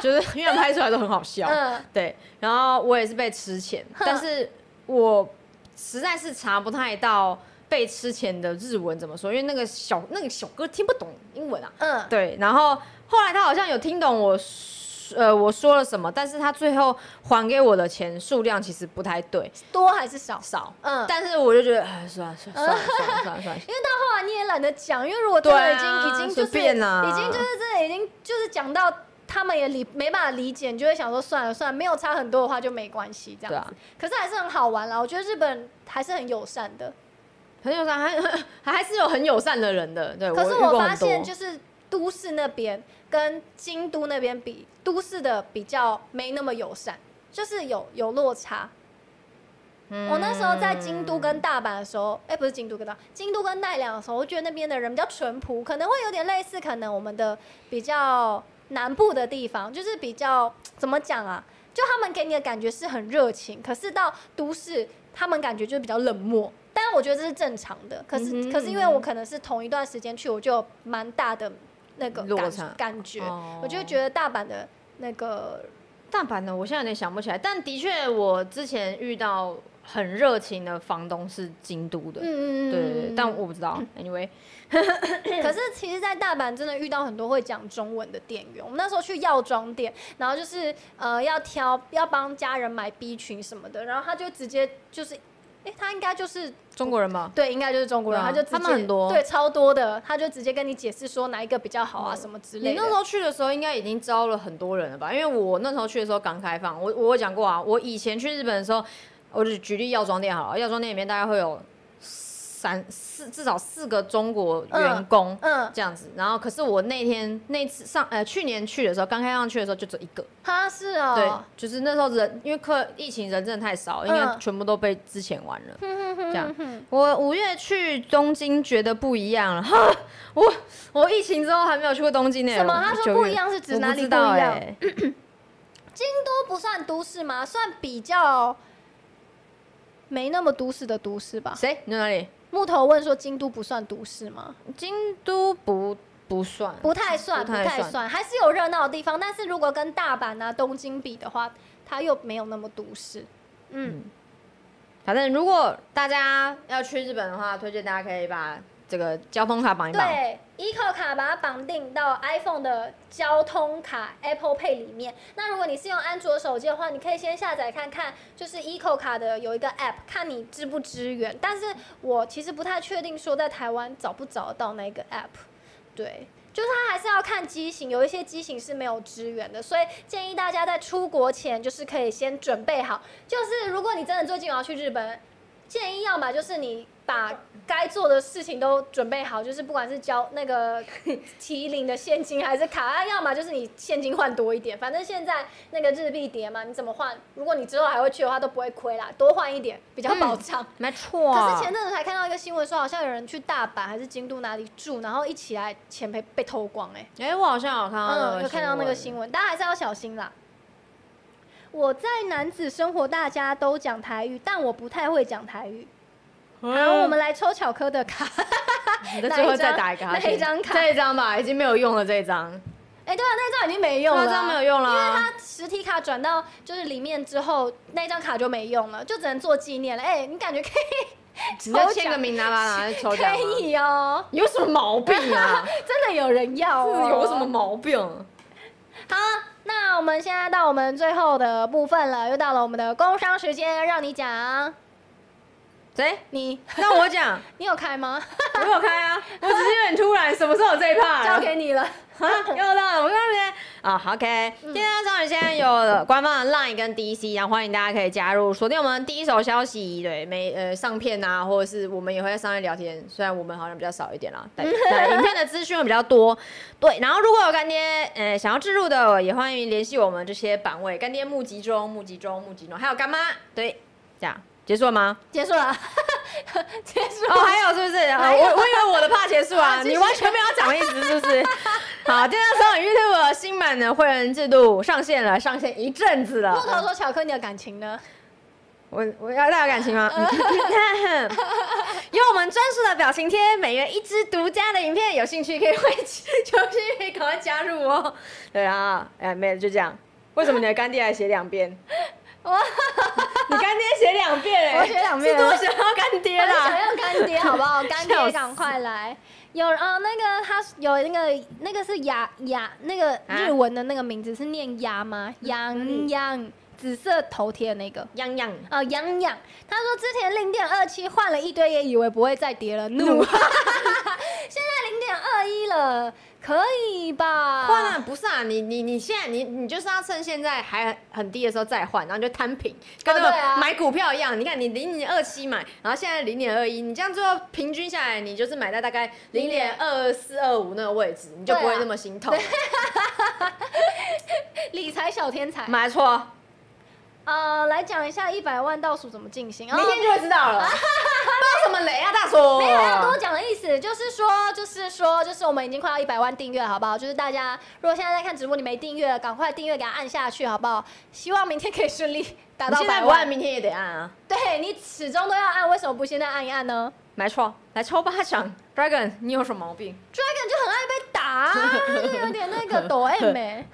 B: 就是因为拍出来都很好笑。
A: 嗯
B: 对，然后我也是被吃钱，
A: 哼
B: 但是我实在是查不太到被吃钱的日文怎么说，因为那个小那个小哥听不懂英文啊。
A: 嗯，
B: 对，然后后来他好像有听懂我说呃我说了什么，但是他最后还给我的钱数量其实不太对，
A: 多还是少？
B: 少。
A: 嗯，
B: 但是我就觉得，哎，算了 算了算了算了算了算了，
A: 因为到后来你也懒得讲，因为如果真的已经、
B: 对啊
A: 已经就是
B: 随便啊
A: 已经就是真的已经就是讲到他们也理没办法理解，你就会想说算了算了，没有差很多的话就没关系这
B: 对
A: 样
B: 啊
A: 子。，可是还是很好玩啦，我觉得日本还是很友善的。
B: 很友善，还还 是有很友善的人的，对。
A: 可是
B: 遇过
A: 我发
B: 很多
A: 现就是都市那边跟京都那边比，都市的比较没那么友善，就是有有落差。
B: 嗯
A: 我那时候在京都跟大阪的时候，哎、不是京都跟大，京都跟奈良的时候，我觉得那边的人比较淳朴，可能会有点类似，可能我们的比较南部的地方，就是比较怎么讲啊？就他们给你的感觉是很热情，可是到都市，他们感觉就是比较冷漠。但我觉得这是正常的，可是、
B: 嗯哼
A: 可是因为我可能是同一段时间去，我就有蛮大的那个
B: 落
A: 感
B: 差
A: 感觉，
B: 哦
A: 我就觉得大阪的那个
B: 大阪的，我现在有点想不起来，但的确我之前遇到很热情的房东是京都的，
A: 嗯嗯嗯，
B: 对对对
A: 嗯，
B: 但我不知道，anyway，
A: 可是其实，在大阪真的遇到很多会讲中文的店员。我们那时候去药妆店，然后就是呃要挑要帮家人买 B 群什么的，然后他就直接就是，诶，他应该就是
B: 中国人吗？
A: 对，应该就是中国人，
B: 对啊
A: 他就直接
B: 他们很多
A: 对超多的，他就直接跟你解释说哪一个比较好啊、什么之类
B: 你
A: 的
B: 那。时候去的时候，应该已经招了很多人了吧？因为我那时候去的时候刚开放，我我有讲过啊，我以前去日本的时候，我就举例药妆店好了，药妆店里面大概会有三四至少四个中国员工、
A: 嗯，
B: 这样子，然后可是我那天那次上呃去年去的时候，刚开放去的时候就只有一个，
A: 他是哦，嗯
B: 对，就是那时候人因为客疫情人真的太少，应该全部都被之前完了。这样，我五月去东京觉得不一样了。哈， 我我疫情之后还没有去过东京呢、
A: 什么
B: 我
A: 他说
B: 九月
A: 不一样是指哪里
B: 我知道
A: 不一样
B: 欸
A: 都不算都市吗？算比较没那么都市的都市吧。
B: 谁？你在哪里？
A: 木头问说，京都不算都市吗？
B: 京都不不算，
A: 不太算，不
B: 不太
A: 太
B: 算
A: 算，还是有热闹的地方。但是如果跟大阪啊、东京比的话，它又没有那么都市。嗯，
B: 反正如果大家要去日本的话，推荐大家可以把这个交通卡绑一绑。
A: 对，Eco 卡把它绑定到 iPhone 的交通卡 Apple Pay 里面。那如果你是用安卓手机的话，你可以先下载看看，就是 Eco 卡的有一个 App，看你支不支援。但是我其实不太确定说在台湾找不找得到那个 App。对，就是它还是要看机型，有一些机型是没有支援的，所以建议大家在出国前就是可以先准备好。就是如果你真的最近有要去日本，建议要么就是你把该做的事情都准备好，就是不管是交那个提领的现金还是卡啊，要么就是你现金换多一点，反正现在那个日币跌嘛，你怎么换？如果你之后还会去的话，都不会亏啦，多换一点比较保障。
B: 没错。
A: 可是前阵子才看到一个新闻，说好像有人去大阪还是京都哪里住，然后一起来钱被被偷光、欸，哎，
B: 哎、我好像有看到那个
A: 嗯，有看到那个新闻，大家还是要小心啦。我在男子生活，大家都讲台语，但我不太会讲台语。
B: 闻。
A: 然后我们来抽巧科的卡，
B: 你的最后再打一个哈欠，
A: 哪一张哪一张卡
B: 这一张吧，已经没有用了。这一张，
A: 哎、对啊，那张已经没用了，
B: 这张没有用了啊。
A: 它实体卡转到就是里面之后，那张卡就没用了，就只能做纪念了。哎、你感觉可 以
B: 你
A: 抽
B: 就
A: 奖
B: 签个名拿 吧，拿去抽
A: 可
B: 奖啊。
A: 以哦，
B: 有什么毛病 啊？
A: 真的有人要、
B: 这
A: 哦，
B: 有什么毛病？
A: 好，那我们现在到我们最后的部分了，又到了我们的工商时间，让你讲。
B: 谁？
A: 你
B: 那我讲，
A: 你有开吗？
B: 我有开啊，我只是有点突然，什么时候有这一趴？
A: 交给你了。
B: 啊， 又到了，我告诉你啊好，OK，今天呢，终于现在有了官方的 LINE 跟 DC 一样，欢迎大家可以加入，锁定我们第一手消息，对，每呃上片啊，或者是我们也会在上面聊天，虽然我们好像比较少一点啦，但但影片的资讯会比较多，对，然后如果有干爹呃想要置入的，也欢迎联系我们这些版位，干爹募集中，募集中，募集中，还有干妈，对，这样结束了吗？
A: 结束了， 结 束
B: 哦，还有是不是？啊
A: 还有
B: 我我以为我的怕结束啊
A: 好，继续
B: 你完全没有要讲的意思，是不 是？好，今天上 YouTube 的新版的会员制度上线了，上线一阵子
A: 木头
B: 了。
A: 说巧克力的感情呢？
B: 我我要带有感情吗？ 嗯有我们专属的表情贴，每月一支独家的影片，有兴趣可以回去，有兴趣可以赶快加入哦。对啊，哎，没了，就这样。为什么你的干爹还写两遍？
A: 哇
B: 你干爹写两遍哎、
A: 我写两遍
B: 是多想要干爹
A: 我
B: 啦！
A: 想要干爹，好不 好？干
B: 笑
A: 爹
B: 死
A: 赶快来！有啊、那个他有那个那个是雅雅那个
B: 啊
A: 日文的那个名字是念鸭吗？
B: 嗯
A: 羊羊紫色头贴的那个。
B: 样样。
A: 哦，洋洋，他说之前零点二七换了一堆，也以为不会再跌了，怒。 现在零点二一了，可以吧？
B: 换啊，不是啊，你你你现在你你就是要趁现在还很低的时候再换，然后你就摊平，跟那
A: 对啊
B: 个买股票一样。你看你零点二七买，然后现在零点二一，你这样最后平均下来，你就是买在大概零点二四二五那个位置，你就不
A: 对
B: 会
A: 啊
B: 那么心痛了。
A: 理财小天才。
B: 没错，
A: 呃，来讲一下一百万倒数怎么进行。哦
B: 明天就会知道了。爆什么雷啊，大叔？
A: 没有要多讲的意思，就是说，就是说，就是我们已经快要一百万订阅了，好不好？就是大家如果现在在看直播，你没订阅，赶快订阅给它按下去，好不好？希望明天可以顺利达
B: 你
A: 到
B: 现在
A: 百
B: 不按，
A: 万。
B: 明天也得按啊。
A: 对你始终都要按，为什么不现在按一按呢
B: 没错，来抽巴掌，Dragon，你有什么毛病？
A: ？Dragon 就很爱被打、啊，就有点那个抖 M 哎、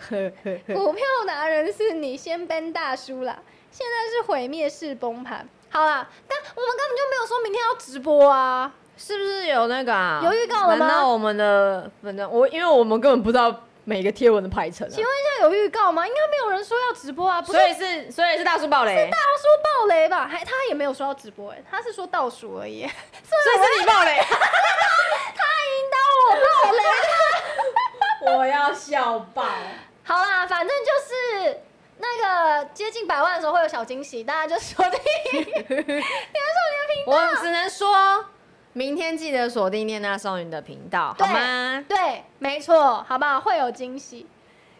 A: 股票达人是你先奔大叔啦，现在是毁灭式崩盘。好啦，但我们根本就没有说明天要直播啊。
B: 是不是有那个啊？
A: 有预告了吗
B: 难道我们的反正我因为我们根本不知道每个贴文的排程、啊
A: 请，问一下，有预告吗？应该没有人说要直播啊，不是
B: 所以是所以是大叔爆雷，
A: 他说爆雷吧，还他也没有说要直播哎、他是说倒数而 已。欸
B: 所以是你爆雷，
A: 他引导我爆雷。
B: 我要笑爆。
A: 好啦，反正就是那个接近百万的时候会有小惊喜，大家就锁 定。
B: 我只能说，明天记得锁定念娜少女的频道，好吗？
A: 对，没错，好不好？会有惊喜，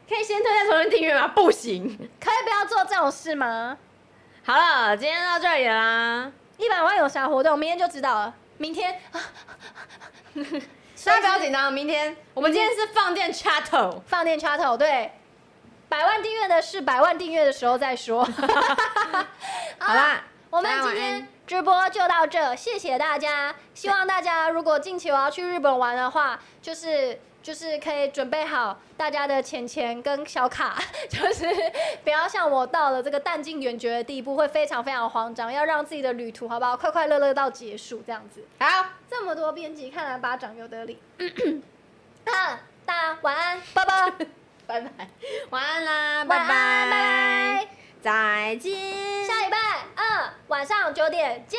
B: 可以先推荐重新订阅吗？不行。
A: 可以不要做这种事吗？
B: 好了，今天到这里啦，
A: 一百万有啥活动？明天就知道了。明天，啊
B: 大家不要紧张，明天我们今天是放电 chat，
A: 放电 chat 对，百万订阅的事，百万订阅的时候再 说。
B: 好啦，
A: 我们今
B: 大家晚
A: 天
B: 安
A: 直播就到这，谢谢大家。希望大家如果近期我要去日本玩的话，就是就是可以准备好大家的钱钱跟小卡， 就是不要像我到了这个弹尽援绝的地步，会非常非常慌张，要让自己的旅途好不好，快快乐乐到结束这样子。
B: 好，
A: 这么多编辑，看来巴掌有得理。 啊，大家晚安，拜拜，
B: 拜拜，晚安啦，
A: 晚
B: 拜
A: 安，拜拜，
B: 再见。
A: 下礼拜二晚上九点见。